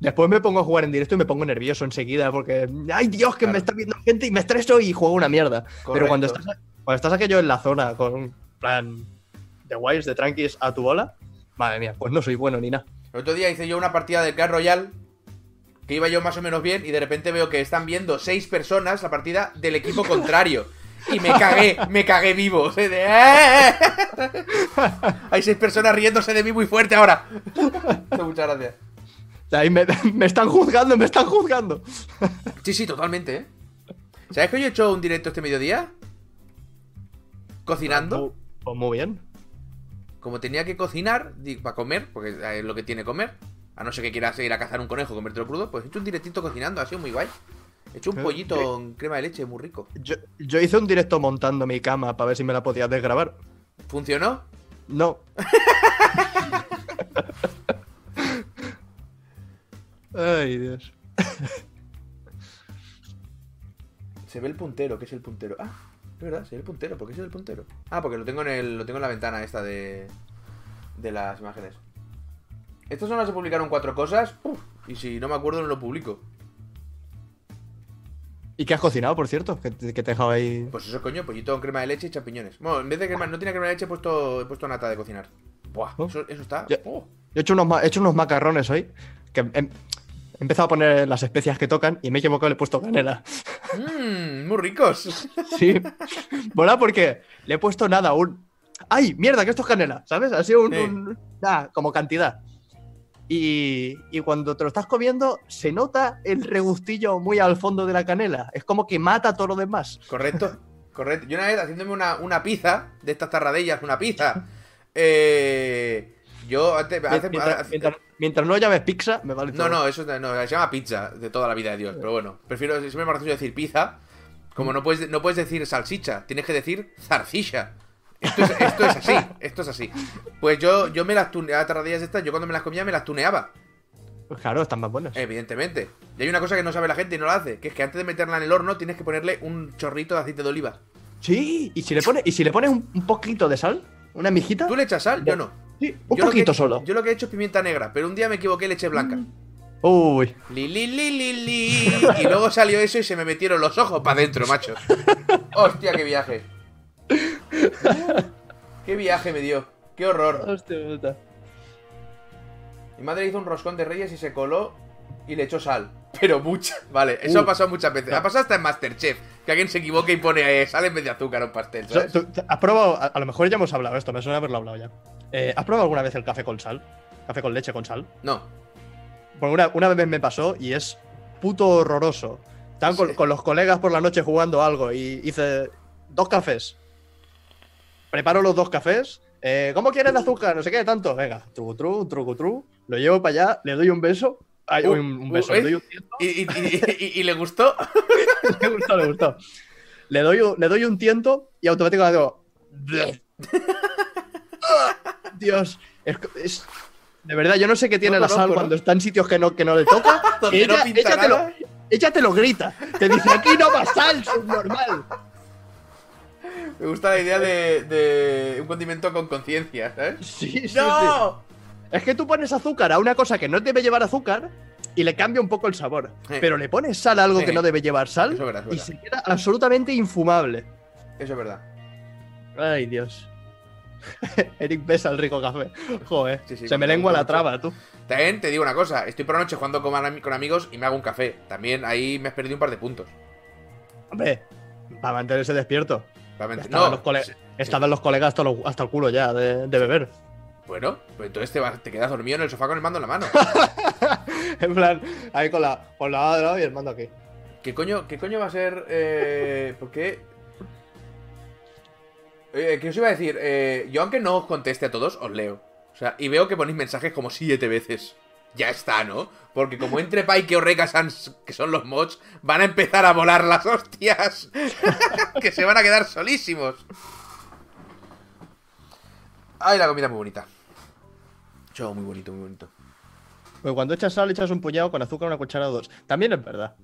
Después me pongo a jugar en directo y me pongo nervioso enseguida porque, ay Dios, que Claro. me está viendo gente y me estreso y juego una mierda. Pero cuando Correcto. estás, cuando estás aquello en la zona con plan de guays, de tranquis a tu bola, madre mía, pues no soy bueno ni nada. El otro día hice yo una partida del Clash Royale que iba yo más o menos bien y de repente veo que están viendo seis personas la partida del equipo contrario. Y me cagué, me cagué vivo. o sea, de, "Eh". Hay seis personas riéndose de mí muy fuerte ahora. Muchas gracias. O sea, ahí me, me están juzgando, me están juzgando. Sí, sí, totalmente, ¿eh? ¿Sabes que yo he hecho un directo este mediodía? Cocinando. Pues muy bien. Como tenía que cocinar para comer, porque es lo que tiene comer, a no ser que quieras ir a cazar un conejo, comértelo crudo, pues he hecho un directito cocinando, ha sido muy guay. He hecho un Eh, pollito en crema de leche, muy rico. Yo, yo hice un directo montando mi cama para ver si me la podía desgrabar. ¿Funcionó? No. Ay, Dios. Se ve el puntero, ¿qué es el puntero? Ah, es verdad, se ve el puntero, ¿por qué se ve el puntero? Ah, porque lo tengo en el, lo tengo en la ventana esta de. de las imágenes. Estas son las que publicaron cuatro cosas. uf, y si no me acuerdo, no lo publico. ¿Y qué has cocinado, por cierto? Que, te- que te he dejado ahí. Pues eso, coño, pollito con crema de leche y champiñones. Bueno, en vez de crema, no tiene crema de leche, he puesto, he puesto nata de cocinar. Buah, Oh. eso, eso está. Ya. oh. Yo he hecho unos, ma- he hecho unos macarrones hoy. Que he, he empezado a poner las especias que tocan y me he equivocado, le he puesto canela. Mmm, muy ricos. Sí. Mola porque le he puesto nada, un. ¡Ay, mierda, que esto es canela! ¿Sabes? Ha sido un. Sí. un- nada, como cantidad. Y, y cuando te lo estás comiendo, se nota el regustillo muy al fondo de la canela. Es como que mata todo lo demás. Correcto, correcto. Yo una vez haciéndome una, una pizza, de estas tarradellas, una pizza, eh, Yo antes. hace- Mientras, hace- mientras- mientras no llames pizza, me vale no, todo. no, eso no, se llama pizza de toda la vida de Dios. Pero bueno, prefiero. Siempre me gracioso decir pizza. Como no puedes, no puedes decir salchicha, tienes que decir zarcilla. Esto es, esto es así, esto es así. Pues yo, yo me las tuneaba, tardías estas, yo cuando me las comía me las tuneaba. Pues claro, están más Eh. buenas. Evidentemente. Y hay una cosa que no sabe la gente y no la hace, que es que antes de meterla en el horno tienes que ponerle un chorrito de aceite de oliva. Sí, y si le pones, y si le pones un, un poquito de sal, una mijita. ¿Tú le echas sal? Yo no. Sí, un Yo lo que- poquito solo. Mm. Yo lo que he hecho es pimienta negra, pero un día me equivoqué y le eché blanca. Uy. Li, li, li, li, li. Y luego salió eso y se me metieron los ojos para adentro, macho. Hostia, qué viaje. Qué viaje me dio. Qué horror. Hostia puta. Mi madre hizo un roscón de reyes y se coló y le echó sal. Pero mucha. Vale, eso Uh. ha pasado muchas veces. Ha pasado hasta en Masterchef. Que alguien se equivoque y pone eh, sal en vez de azúcar a un pastel, So- ¿sabes? tú- tú- ¿Has probado? A, a lo mejor ya hemos hablado esto, me suena haberlo hablado ya. Eh, ¿Has probado alguna vez el café con sal? Café con leche con sal. No. Porque una, una vez me pasó y es puto horroroso. Estaban con, Sí. con los colegas por la noche jugando algo y hice dos cafés. Preparo los dos cafés. Eh, ¿Cómo quieres de azúcar? No sé qué, tanto. Venga, truco, tru, truco, tru. Lo llevo para allá, le doy un beso. Ay, Uh, un, un uh, beso, ¿eh? le doy un tiento. ¿Y, y- y- y- y le gustó? Le gustó, le gustó. Le doy, un- le doy un tiento y automáticamente digo. "Bleh". Dios, es, es- de verdad, yo no sé qué tiene No la sal conozco, ¿no? cuando está en sitios que no, que no le toca. Donde Ella- no pinta ella te lo- nada. Ella te lo grita. Te dice, aquí no va sal, subnormal. Me gusta la idea de, de un condimento con conciencia, ¿sabes? Sí, sí, sí. ¡No! Es que tú pones azúcar a una cosa que no debe llevar azúcar y le cambia un poco el sabor. Sí. Pero le pones sal a algo Sí, que sí. no debe llevar sal Eso es verdad, y es se queda absolutamente infumable. Eso es verdad. Ay, Dios. Eric besa el rico café. Joder, Sí, sí, se me con lengua la mucho. traba, tú. También te digo una cosa, estoy por la noche jugando con, ami- con amigos y me hago un café. También ahí me has perdido un par de puntos. Hombre, para mantenerse despierto. Realmente. Estaban, No, los, cole- sí, estaban los colegas hasta, lo- hasta el culo ya de, de beber. Bueno, pues entonces te, vas- te quedas dormido en el sofá con el mando en la mano. En plan, ahí con la, con la y el mando aquí. ¿Qué coño, qué coño va a ser? Eh, ¿Por qué? Eh, ¿Qué os iba a decir? Eh, yo aunque no os conteste a todos, os leo. O sea, y veo que ponéis mensajes como siete veces. Ya está, ¿no? Porque como entre Pike y Orreca Sans, que son los mods, van a empezar a volar las hostias. que se van a quedar solísimos. Ay, la comida muy bonita. Yo, muy bonito, muy bonito. Porque cuando echas sal, echas un puñado con azúcar, una cucharada o dos. También es verdad.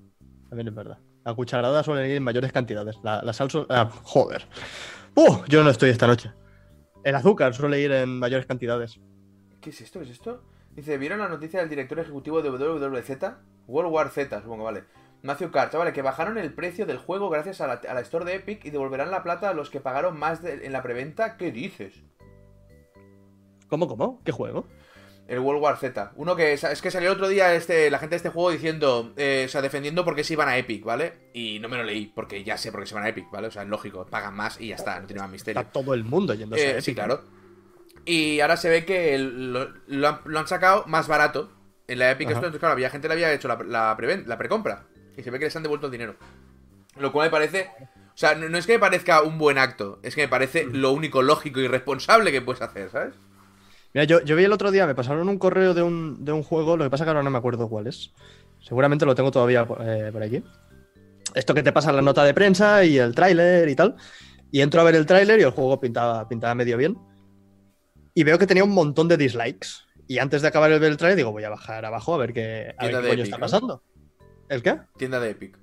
También es verdad. La cucharada suelen ir en mayores cantidades. La, la sal su- ah, joder. ¡Uh! Yo no estoy esta noche. El azúcar suele ir en mayores cantidades. ¿Qué es esto? ¿Qué es esto? Dice, ¿vieron la noticia del director ejecutivo de WWZ? World War Z, supongo, vale. Matthew Carr, vale, que bajaron el precio del juego gracias a la, a la store de Epic y devolverán la plata a los que pagaron más de- en la preventa. ¿Qué dices? ¿Cómo, cómo? ¿Qué juego? El World War Z. Uno que sa- es que salió el otro día este, la gente de este juego diciendo, eh, o sea, defendiendo por qué se iban a Epic, ¿vale? Y no me lo leí, porque ya sé por qué se van a Epic, ¿vale? O sea, es lógico, pagan más y ya está, no tiene más misterio. Está todo el mundo yéndose. Eh, a sí, Epic, ¿no? claro. Y ahora se ve que el- lo, lo han, lo han sacado más barato. En la Epic Ajá. Store, entonces, claro, había gente que le había hecho la, la, preven- la precompra. Y se ve que les han devuelto el dinero. Lo cual me parece. O sea, no, no es que me parezca un buen acto, es que me parece Mm. lo único lógico y responsable que puedes hacer, ¿sabes? Mira, yo, yo vi el otro día, me pasaron un correo de un, de un juego, lo que pasa que ahora no me acuerdo cuál es. Seguramente lo tengo todavía eh, por aquí. Esto que te pasa la nota de prensa y el tráiler y tal. Y entro a ver el tráiler y el juego pintaba, pintaba medio bien. Y veo que tenía un montón de dislikes. Y antes de acabar de ver el tráiler digo, voy a bajar abajo a ver qué, a ver Tienda qué de coño Epic, está ¿no? pasando. ¿El qué? Tienda de Epic.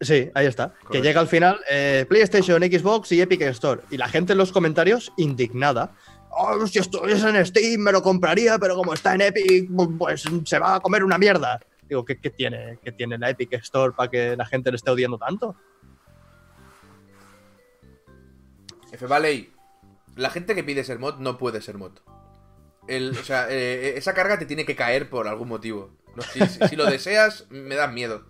Sí, ahí está. Que Correcto. llega al final eh, PlayStation, Xbox y Epic Store. Y la gente en los comentarios indignada. "Oh, si estuviese en Steam me lo compraría, pero como está en Epic, pues se va a comer una mierda. Digo, ¿qué, qué tiene, qué tiene la Epic Store para que la gente le esté odiando tanto? F Valley. La gente que pide ser mod no puede ser mod. El- o sea, eh, esa carga te tiene que caer por algún motivo. No, si, si- si lo deseas, me das miedo.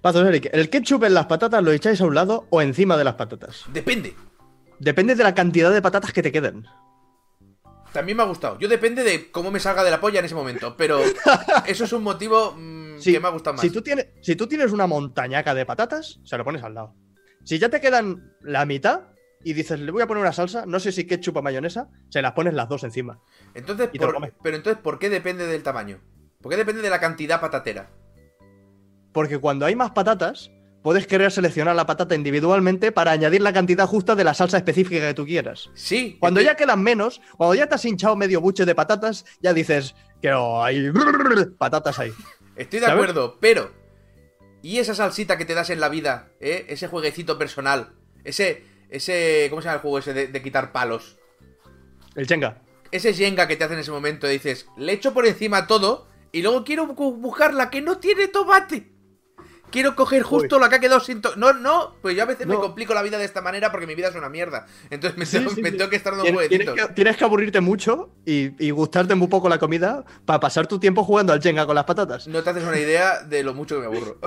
Pasos, Eric, ¿el ketchup en las patatas lo echáis a un lado o encima de las patatas? Depende. Depende de la cantidad de patatas que te queden. También me ha gustado. Yo depende de cómo me salga de la polla en ese momento, pero eso es un motivo mm, Sí, que me ha gustado más. Si tú, tienes, si tú tienes una montañaca de patatas, se lo pones al lado. Si ya te quedan la mitad, y dices, le voy a poner una salsa, no sé si ketchup o mayonesa, se las pones las dos encima. Entonces, Y te lo por- comes. pero entonces, ¿por qué depende del tamaño? ¿Por qué depende de la cantidad patatera? Porque cuando hay más patatas, puedes querer seleccionar la patata individualmente para añadir la cantidad justa de la salsa específica que tú quieras. Sí. Cuando es que- ya quedan menos, cuando ya te has hinchado medio buche de patatas, ya dices, quiero hay patatas ahí. Estoy de ¿Sabes? acuerdo, pero. ¿Y esa salsita que te das en la vida? ¿eh? Ese jueguecito personal. Ese. Ese. ¿Cómo se llama el juego ese de, de quitar palos? El chenga. Ese yenga que te hace en ese momento y dices, le echo por encima todo y luego quiero bu- buscar la que no tiene tomate. Quiero coger justo la que ha quedado sin tomate. No, no, pues yo a veces me No. complico la vida de esta manera porque mi vida es una mierda. Entonces me, Sí, tengo, sí, me sí. tengo que estar dando Tienes, tienes jueguecitos. que, tienes que aburrirte mucho y, y gustarte muy poco la comida para pasar tu tiempo jugando al chenga con las patatas. No te haces una idea de lo mucho que me aburro.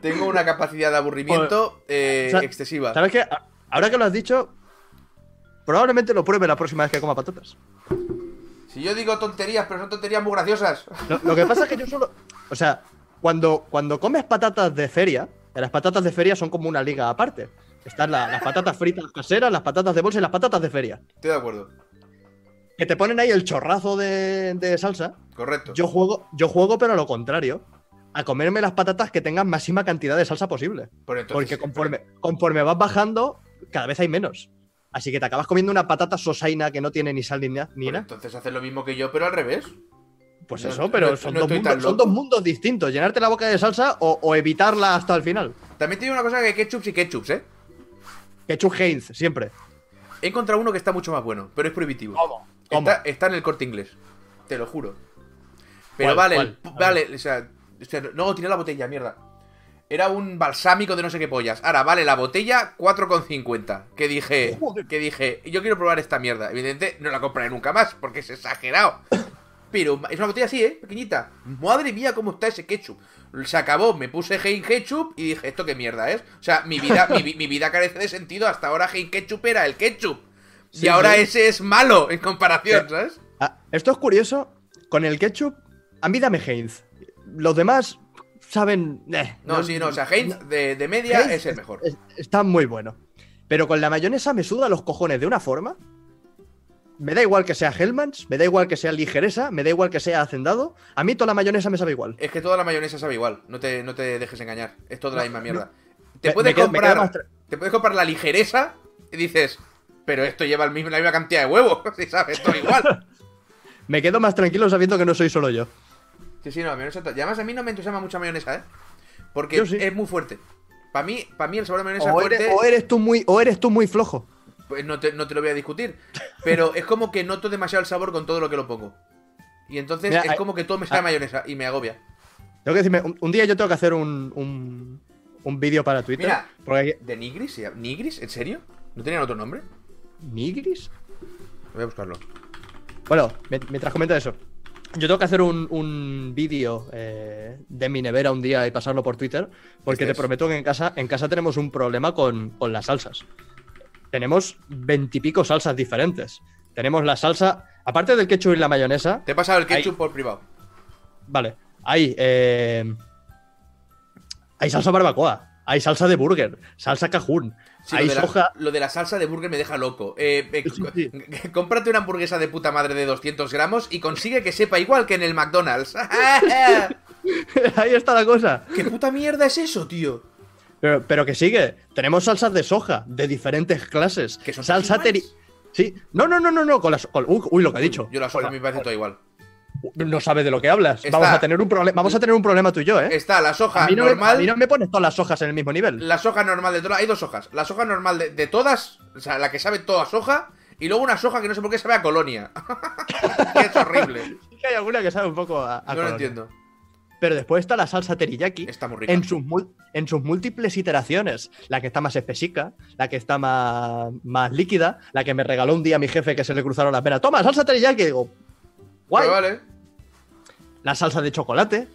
Tengo una capacidad de aburrimiento eh, Sa- excesiva. ¿Sabes qué? A- Ahora que lo has dicho, probablemente lo pruebe la próxima vez que coma patatas. Si yo digo tonterías, pero son tonterías muy graciosas. Lo, lo que pasa es que yo solo. O sea, cuando, cuando comes patatas de feria, que las patatas de feria son como una liga aparte. Están la- las patatas fritas caseras, las patatas de bolsa y las patatas de feria. Estoy de acuerdo. Que te ponen ahí el chorrazo de, de salsa. Correcto. Yo juego, yo juego, pero a lo contrario. A comerme las patatas que tengan máxima cantidad de salsa posible. Pero entonces- Porque conforme, conforme vas bajando, cada vez hay menos. Así que te acabas comiendo una patata sosaina que no tiene ni sal ni, na- ni pero nada. entonces haces lo mismo que yo, pero al revés. Pues No, eso, pero no, son, no dos estoy tan mundos, son loco. dos mundos distintos. Llenarte la boca de salsa o, o evitarla hasta el final. También tiene una cosa que ketchups y ketchups, ¿eh? Ketchup Heinz, siempre. He encontrado uno que está mucho más bueno, pero es prohibitivo. Oh, ¿Cómo? Está, está en el corte inglés. Te lo juro. Pero ¿Cuál? vale, ¿Cuál? el- vale, o sea, o sea, no, tiré la botella, mierda. Era un balsámico de no sé qué pollas. Ahora, vale, la botella 4,50. Que dije, Joder. que dije, yo quiero probar esta mierda. Evidente, no la compraré nunca más, porque es exagerado. Pero es una botella así, ¿eh? Pequeñita. Madre mía, cómo está ese ketchup. Se acabó, me puse Hein Ketchup y dije, ¿esto qué mierda es? O sea, mi vida, mi, vi- mi vida carece de sentido. Hasta ahora Hein Ketchup era el ketchup. Sí, y ahora sí. ese es malo en comparación, Sí. ¿sabes? Ah, esto es curioso. Con el ketchup, a mí dame Heinz. Los demás saben. eh, No, sí, no, o sea, Heinz de, de media Heinz es el mejor. es- está muy bueno. Pero con la mayonesa me suda los cojones de una forma. Me da igual que sea Hellmans, me da igual que sea ligereza, me da igual que sea hacendado. A mí toda la mayonesa me sabe igual. Es que toda la mayonesa sabe igual, no te, no te dejes engañar, es toda la misma mierda. Te Me- puedes me quedo- me quedo comprar más tra- te puedes comprar la ligereza y dices, pero esto lleva el mismo, la misma cantidad de huevos, ¿sí sabes? Todo igual. Me quedo más tranquilo sabiendo que no soy solo yo. Sí, sí, no, la mayonesa... ta- Y además a mí no me entusiasma mucha mayonesa, ¿eh? Porque Yo sí. es muy fuerte. Para mí, para mí el sabor de mayonesa O fuerte... eres, o eres tú muy, o eres tú muy flojo. Pues no te, no te lo voy a discutir. Pero es como que noto demasiado el sabor con todo lo que lo pongo. Y entonces Mira, es hay- como que todo me sabe a hay- mayonesa y me agobia. Tengo que decirme, un, un día yo tengo que hacer un, un, un vídeo para Twitter. Mira. Porque hay- ¿De Nigris? se llama? ¿Nigris? ¿En serio? ¿No tenían otro nombre? ¿Nigris? Voy a buscarlo. Bueno, me- mientras comenta eso. Yo tengo que hacer un, un vídeo eh, de mi nevera un día y pasarlo por Twitter, porque Este te es. prometo que en casa, en casa tenemos un problema con, con las salsas. Tenemos veintipico salsas diferentes. Tenemos la salsa, aparte del ketchup y la mayonesa, Te he pasado el ketchup Ahí. por privado. Vale. Hay. eh, hay salsa barbacoa. Hay salsa de burger. Salsa cajún. Sí, hay lo, de soja. La, lo de la salsa de burger me deja loco. Eh, eh, Sí, sí. c- Cómprate una hamburguesa de puta madre de 200 gramos y consigue que sepa igual que en el McDonald's. Ahí está la cosa. ¿Qué puta mierda es eso, tío? Pero, pero que sigue. Tenemos salsas de soja de diferentes clases. Que son salsa todas teri. iguales. Sí. No, no, no, no, no. Con las, con- uy, uy, lo que he dicho. Yo la soja me parece todo igual. No sabes de lo que hablas. Está- Vamos a tener un problema. Vamos a tener un problema tú y yo, ¿eh? Está la soja a, mí no me, normal. a mí no me pones todas las hojas en el mismo nivel. La soja normal de todas. Hay dos hojas. La soja normal de, de todas, o sea, la que sabe toda soja. Y luego una soja que no sé por qué sabe a colonia. Que es horrible. Sí que hay alguna que sabe un poco a. no lo a colonia. entiendo. Pero después está la salsa teriyaki. Está muy rica. en sus, mul- en sus múltiples iteraciones. La que está más espesica, la que está más, más líquida, la que me regaló un día mi jefe que se le cruzaron las venas. Toma, salsa teriyaki. Digo, guay. Pero vale. La salsa de chocolate.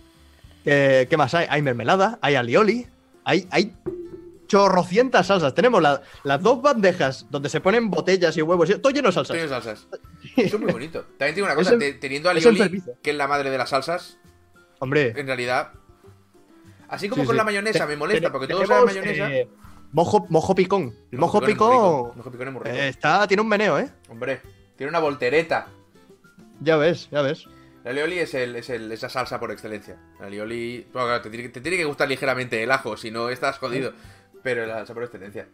Eh, ¿Qué más hay? Hay mermelada, hay alioli, hay, hay chorrocientas salsas. Tenemos la- las dos bandejas donde se ponen botellas y huevos. y- Todo lleno de salsas. Tiene salsas. Eso es muy bonito. También tiene una cosa, Es el- te- teniendo a es el Lioli, servicio. que es la madre de las salsas, Hombre. en realidad. Así como sí, con sí. la mayonesa, Te- me molesta, te- porque todos saben tenemos, mayonesa. eh, Mojo, mojo picón. El mojo es muy rico. picón Mojo picón es muy rico. eh, está, tiene un meneo, ¿eh? Hombre, tiene una voltereta. Ya ves, ya ves. La alioli es, el, es el- esa salsa por excelencia. La alioli... Bueno, claro, te tiene, que- te tiene que gustar ligeramente el ajo, si no estás jodido. Pero la salsa por excelencia.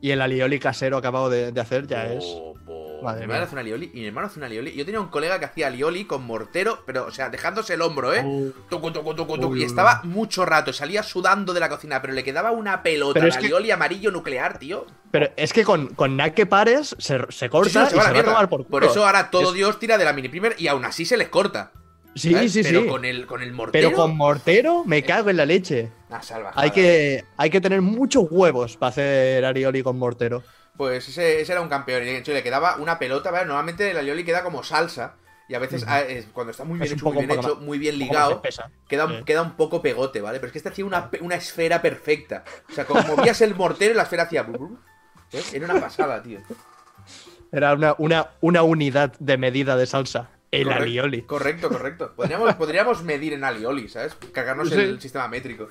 Y el alioli casero acabado de, de hacer ya es. Po, po. Madre mi mía. hermana hace una alioli y mi hermano hace una alioli. Yo tenía un colega que hacía alioli con mortero, pero, o sea, dejándose el hombro, ¿eh? Uh, Tucu, tucu, tucu, tucu, Uy, uy, y uy. estaba mucho rato, salía sudando de la cocina, pero le quedaba una pelota Pero de es que- alioli amarillo nuclear, tío. Pero es que con, con nada que pares se, se corta Sí, sí, no, va y se la va a mierda. tomar por culo. eso ahora todo Es- Dios tira de la mini primer y aún así se les corta. Sí, ¿sabes? sí, ¿eh? pero sí. Con el, con el mortero. Pero con mortero me cago en la leche. Una salvajada. Hay que, hay que tener muchos huevos para hacer alioli con mortero. Pues ese, ese era un campeón. Y de hecho le quedaba una pelota, ¿vale? Normalmente el alioli queda como salsa. Y a veces, Ujú. ah, es- cuando está muy Es bien un hecho, muy poco- bien un poco hecho, muy bien Un poco ligado, más espesa. queda, un- Sí. queda un poco pegote, ¿vale? Pero es que este hacía una, pe- una esfera perfecta. O sea, como movías el mortero y la esfera hacía. blu, blu. Era una pasada, tío. Era una, una, una unidad de medida de salsa. El Correcto, alioli. Correcto, correcto. Podríamos, podríamos medir en alioli, ¿sabes? Cagarnos Sí. el sistema métrico.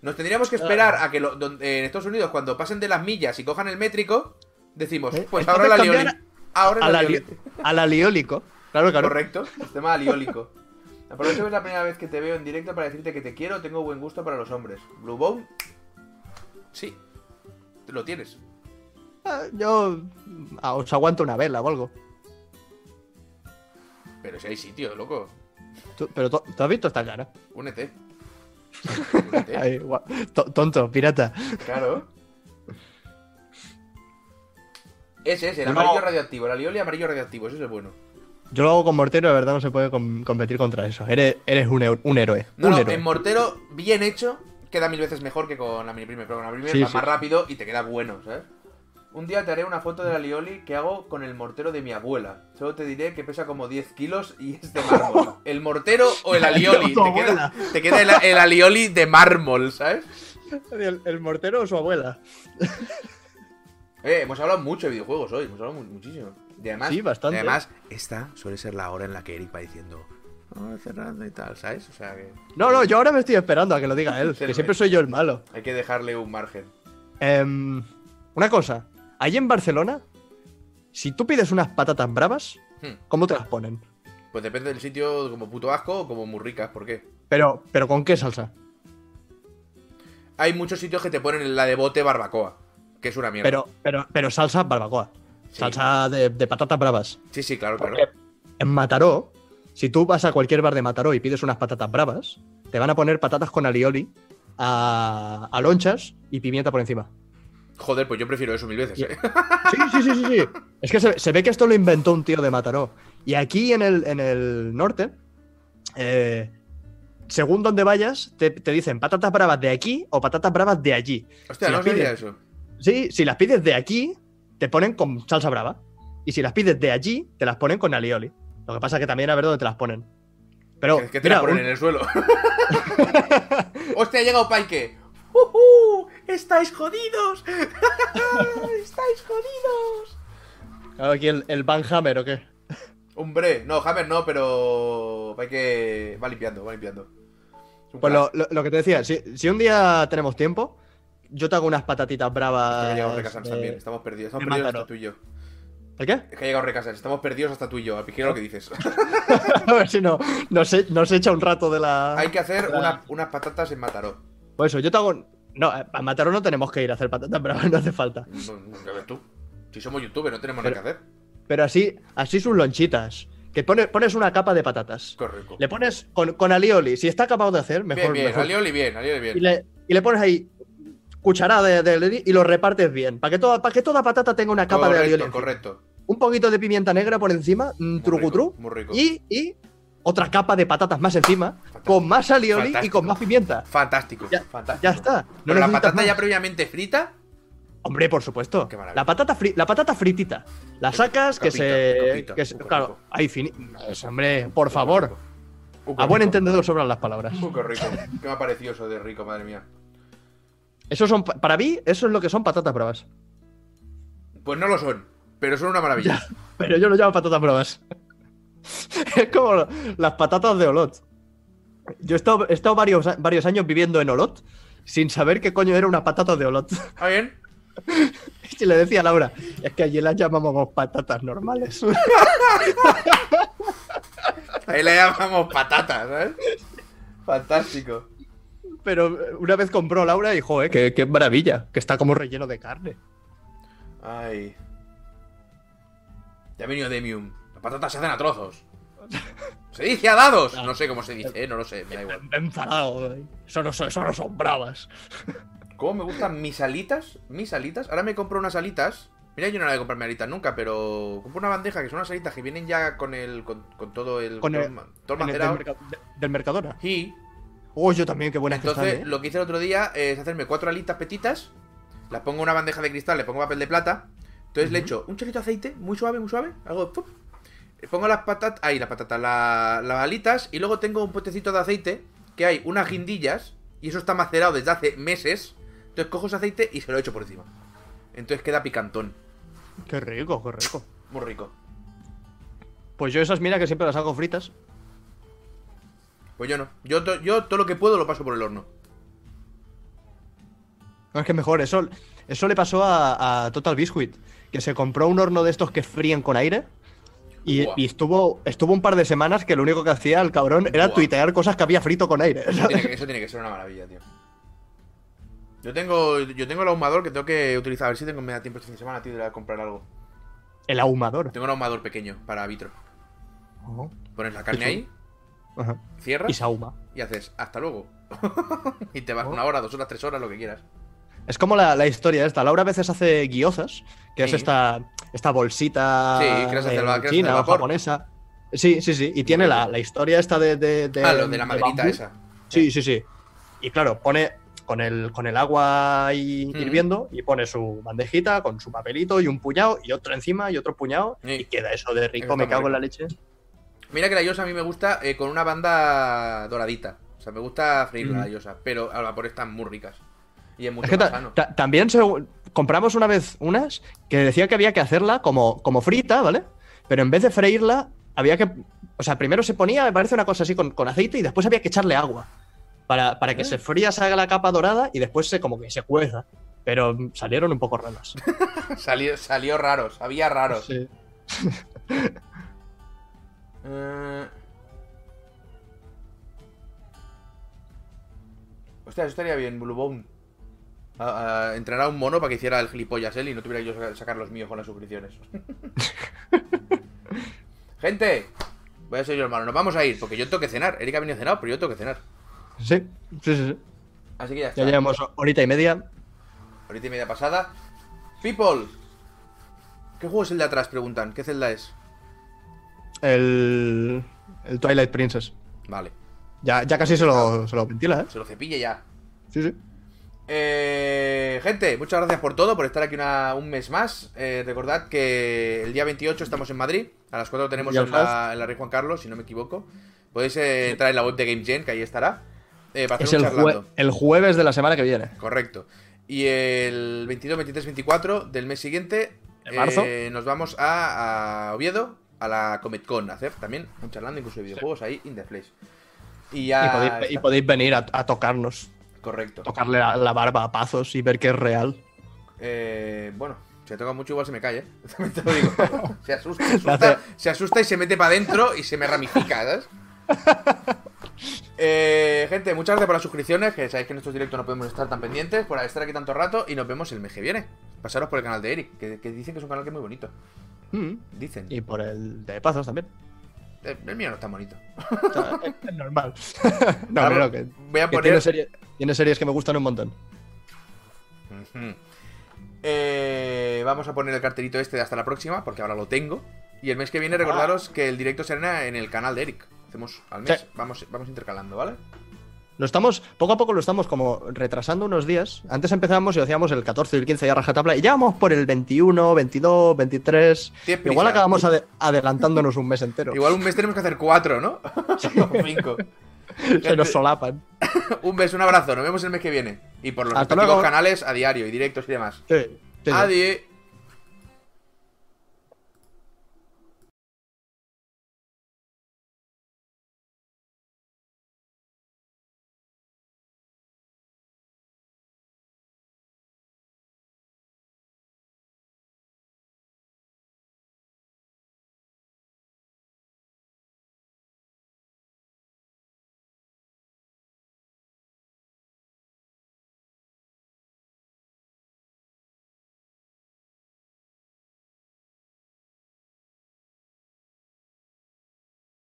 Nos tendríamos Ah. que esperar a que lo- don- eh, en Estados Unidos, cuando pasen de las millas y cojan el métrico, decimos, Eh, pues entonces ahora la alioli. cambiar Ahora Al, la ali- alioli. al aliólico. Claro, claro. Correcto, sistema aliólico. Aprovecho que es la primera vez que te veo en directo para decirte que te quiero, tengo buen gusto para los hombres. Blue Bone, sí, lo tienes. Ah, Yo ah, os aguanto una vela o algo. Pero si hay sitio, loco, Tú- pero tú, tú has visto esta cara. únete. Únete. Ay, gua- to- tonto, pirata. Claro. Ese, ese, el No. amarillo radioactivo, el alioli amarillo radioactivo, ese es el bueno. Yo lo hago con mortero, de verdad no se puede com- competir contra eso. Eres, eres un, hero- un héroe. No, un no, héroe. en mortero, bien hecho, queda mil veces mejor que con la mini primer, pero con la mini primer Sí, va sí. más rápido y te queda bueno, ¿sabes? Un día te haré una foto del alioli que hago con el mortero de mi abuela. Solo te diré que pesa como 10 kilos y es de mármol. ¿El mortero o el alioli? Tu Te abuela. queda, te queda el, el alioli de mármol, ¿sabes? ¿El, el mortero o su abuela? Eh, hemos hablado mucho de videojuegos hoy, hemos hablado mu- muchísimo. Y además, Sí, bastante. y además, esta suele ser la hora en la que Eric va diciendo, "Ah, cerrando y tal, ¿sabes? O sea que No, no, yo ahora me estoy esperando a que lo diga él, Sí, que lo siempre es. soy yo el malo. hay que dejarle un margen. Em, una cosa, allí en Barcelona, si tú pides unas patatas bravas, Hmm. ¿cómo te las ponen? Pues depende del sitio, como puto asco o como muy ricas, ¿por qué? Pero, pero ¿con qué salsa? Hay muchos sitios que te ponen la de bote barbacoa, que es una mierda. Pero, pero, pero salsa barbacoa. Sí. Salsa de, de patatas bravas. Sí, sí, claro, claro. Porque en Mataró, si tú vas a cualquier bar de Mataró y pides unas patatas bravas, te van a poner patatas con alioli, a, a lonchas y pimienta por encima. Joder, pues yo prefiero eso mil veces. Y- ¿eh? Sí, sí, sí, sí, sí. Es que se, se ve que esto lo inventó un tío de Mataró. Y aquí en el, en el norte, eh, según donde vayas, te, te dicen patatas bravas de aquí o patatas bravas de allí. Hostia, si no la sabía piden. eso. Sí, si las pides de aquí, te ponen con salsa brava. Y si las pides de allí, te las ponen con alioli. Lo que pasa es que también a ver dónde te las ponen. Pero, es que te mira, la ponen un- en el suelo. Hostia, ha llegado Paike. ¡Ujú! ¡Estáis jodidos! ¡Estáis jodidos! aquí el, el Van Hammer o qué. Hombre, no, Hammer no, pero hay que... Va limpiando, va limpiando. Es un Pues crack. lo, lo- lo que te decía, si, si un día tenemos tiempo, yo te hago unas patatitas Es que ha llegado bravas. Recasans Ah, de- también, estamos perdidos, estamos de perdidos Mataró. hasta tú y yo. ¿El qué? Es que ha llegado Recasans, estamos perdidos hasta tú y yo, a piquero lo que dices. A ver si no, nos, e- nos echa un rato de la. Hay que hacer Claro. una- unas patatas en Mataró. Pues eso, yo te hago. No, eh, a Mataró no tenemos que ir a hacer patatas bravas, no hace falta. No, no, a ver tú. Si somos youtubers no tenemos Pero- nada que hacer. Pero así, así sus lonchitas. Que pone- pones una capa de patatas. Correcto. Le pones con, con alioli, si está capaz de hacer, mejor. bien, bien, mejor. alioli bien, alioli Y, bien. le, y le pones ahí cucharada de, de alioli y lo repartes bien. Para que, toda- para que toda patata tenga una capa de alioli. Correcto, encima. correcto. Un poquito de pimienta negra por encima, un Muy trucutru. rico, Muy rico. Y, y otra capa de patatas más encima, Fantástico. con más alioli y Fantástico. con más pimienta. Fantástico, Ya- fantástico. Ya está. No Pero la necesitas patata más. ya previamente frita, Hombre, por supuesto. Qué maravilla. La patata, fri- la patata fritita. La sacas, que Capita, se. capita, que se- un poco claro, rico. ahí fini. Eso, hombre, por Muy favor. rico. Uh, qué A buen rico. entendedor sobran las palabras. Uh, qué rico. ¿Qué me ha parecido eso de rico, madre mía? Eso son, pa- para mí, eso es lo que son patatas bravas. Pues no lo son, pero son una maravilla. Pero yo lo llamo patatas bravas. es como las patatas de Olot. Yo he estado, he estado varios, a- varios años viviendo en Olot sin saber qué coño era una patata de olot. ¿Está bien? Y le decía a Laura, es que allí las llamábamos patatas normales. Ahí le llamamos patatas, ¿sabes? Fantástico. Pero eh, una vez compró Laura y dijo, eh, qué, qué maravilla, que está como relleno de carne. Ay. Ya ha venido Demium. Las patatas se hacen a trozos. Se dice a dados. Ah. No sé cómo se dice, eh, no lo sé, me da igual. Enfadado, eh. eso no, son- eso no son bravas. ¿Cómo me gustan mis alitas? Mis alitas. Ahora me compro unas alitas. Mira, yo no era de comprarme alitas nunca, pero compro una bandeja que son unas alitas que vienen ya con el. con, con todo el. Con el- todo ma- todo En el macerado. del, merca- de- del Mercadona. Y Oh, yo también, qué buenas Pues entonces que están, eh. lo que hice el otro día es hacerme cuatro alitas petitas. Las pongo en una bandeja de cristal, le pongo papel de plata. Entonces le echo un chorrito de aceite, muy suave, muy suave. Hago. ¡pum! Pongo las patatas. Ahí, las patatas, la- las alitas. Y luego tengo un potecito de aceite. Que hay unas guindillas. Y eso está macerado desde hace meses. Entonces cojo ese aceite y se lo echo por encima. Entonces queda picantón. Qué rico, qué rico. Muy rico. Pues yo esas, mira, que siempre las hago fritas. Pues yo no. Yo, to- yo todo lo que puedo lo paso por el horno. No, es que mejor, eso, eso le pasó a, a Total Biscuit, que se compró un horno de estos que fríen con aire. Y, Buah. y estuvo, estuvo un par de semanas que lo único que hacía el cabrón era Buah. tuitear cosas que había frito con aire. Tiene que- eso tiene que ser una maravilla, tío. Yo tengo, yo tengo el ahumador que tengo que utilizar. A ver si tengo, me da tiempo este fin de semana, tío, de ir a comprar algo. El ahumador. Tengo un ahumador pequeño para vitro. Ojo. Pones la carne Eso. ahí, Ajá. Y cierras se ahuma. y haces hasta luego. y te vas Oh. una hora, dos horas, tres horas, lo que quieras. Es como la, la historia esta. Laura a veces hace guiozas, que es Sí. esta, esta bolsita Sí, que las hace eh, el va- que las hace china el o vapor. japonesa. Sí, sí, sí. Y tiene la, la historia esta de... de, Eh, de ah, lo de la maderita bambú. esa. Sí, sí, sí. Y claro, pone con el, con el agua ahí Mm. hirviendo y pone su bandejita con su papelito y un puñado y otro encima y otro puñado Sí. y queda eso de rico, Está me muy cago en rico. la leche. Mira que la yosa a mí me gusta eh, con una banda doradita. O sea, me gusta freírla la Mm. yosa, pero al vapor están muy ricas. Y es mucho Es que más ta- sano. ta- también se- compramos una vez unas que decía que había que hacerla como, como frita, ¿vale? Pero en vez de freírla, había que. O sea, primero se ponía, me parece una cosa así, con, con aceite y después había que echarle agua. Para, para que Ah. se fría, se haga la capa dorada y después se como que se cueza. Pero mm, salieron un poco raras. Salió, salió raros, había raros. Sí. Eh... Hostia, eso estaría bien, Blue Bone. A, a entrenar a un mono para que hiciera el gilipollas él y no tuviera yo que sacar los míos con las suscripciones. Gente, voy a ser yo hermano, nos vamos a ir porque yo tengo que cenar. Erika ha venido a cenar, pero yo tengo que cenar. Sí, sí, sí. sí. Así que ya está. Ya llevamos horita y media. Ahorita y media pasada. People, ¿qué juego es el de atrás? Preguntan, ¿qué celda es? El, el Twilight Princess. Vale, Ya, ya casi se lo, se lo ventila, ¿eh? se lo cepille ya. Sí, sí. Eh, gente, muchas gracias por todo, por estar aquí una- un mes más. Eh, recordad que el día 28 estamos en Madrid. A las 4 tenemos Y al en la, en la Rey Juan Carlos, si no me equivoco. Podéis eh, entrar en la web de Game Gen, que ahí estará. eh, para hacer Es un el, jue- charlando. el jueves de la semana que viene. Correcto. Y el 22, 23, 24 del mes siguiente ¿De marzo? eh, nos vamos a, a Oviedo, a la Comic Con, a hacer también un charlando, incluso de videojuegos ahí, in the flesh. Y ya. Y podéis, y Ah, está. podéis venir a, a tocarnos, Correcto. tocarle la, la barba a Pazos y ver que es real. Eh, bueno, si toca mucho igual se me cae, ¿eh? También te lo digo. Se asusta, se Hace- asusta, se asusta y se mete para adentro y se me ramifica, ¿sabes? Eh, gente, muchas gracias por las suscripciones, que sabéis que en estos directos no podemos estar tan pendientes, por estar aquí tanto rato y nos vemos el mes que viene. Pasaros por el canal de Eric, que, que dicen que es un canal que es muy bonito. Mm. Dicen. Y por el de Pazos también. Eh, El mío no es tan bonito. O sea, es- es normal. no, Ahora pero que, voy a que poner... tiene, serie- tiene series que me gustan un montón. Ujú. Mm. Eh, vamos a poner el cartelito este de hasta la próxima, porque ahora lo tengo. Y el mes que viene, recordaros que el directo será en el canal de Eric. Hacemos al mes, Sí. vamos, vamos intercalando, ¿vale? Lo estamos, poco a poco lo estamos como retrasando unos días. Antes empezábamos y lo hacíamos el 14 y el 15 ya rajatabla. Y ya vamos por el 21, 22, 23. Tienes prisa. Igual acabamos ade- adelantándonos un mes entero. Igual un mes tenemos que hacer cuatro, ¿no? O cinco. Se nos solapan. Un beso, un abrazo, nos vemos el mes que viene. Y por los Hasta respectivos luego. canales a diario y directos y demás. Sí, sí, sí. Adiós.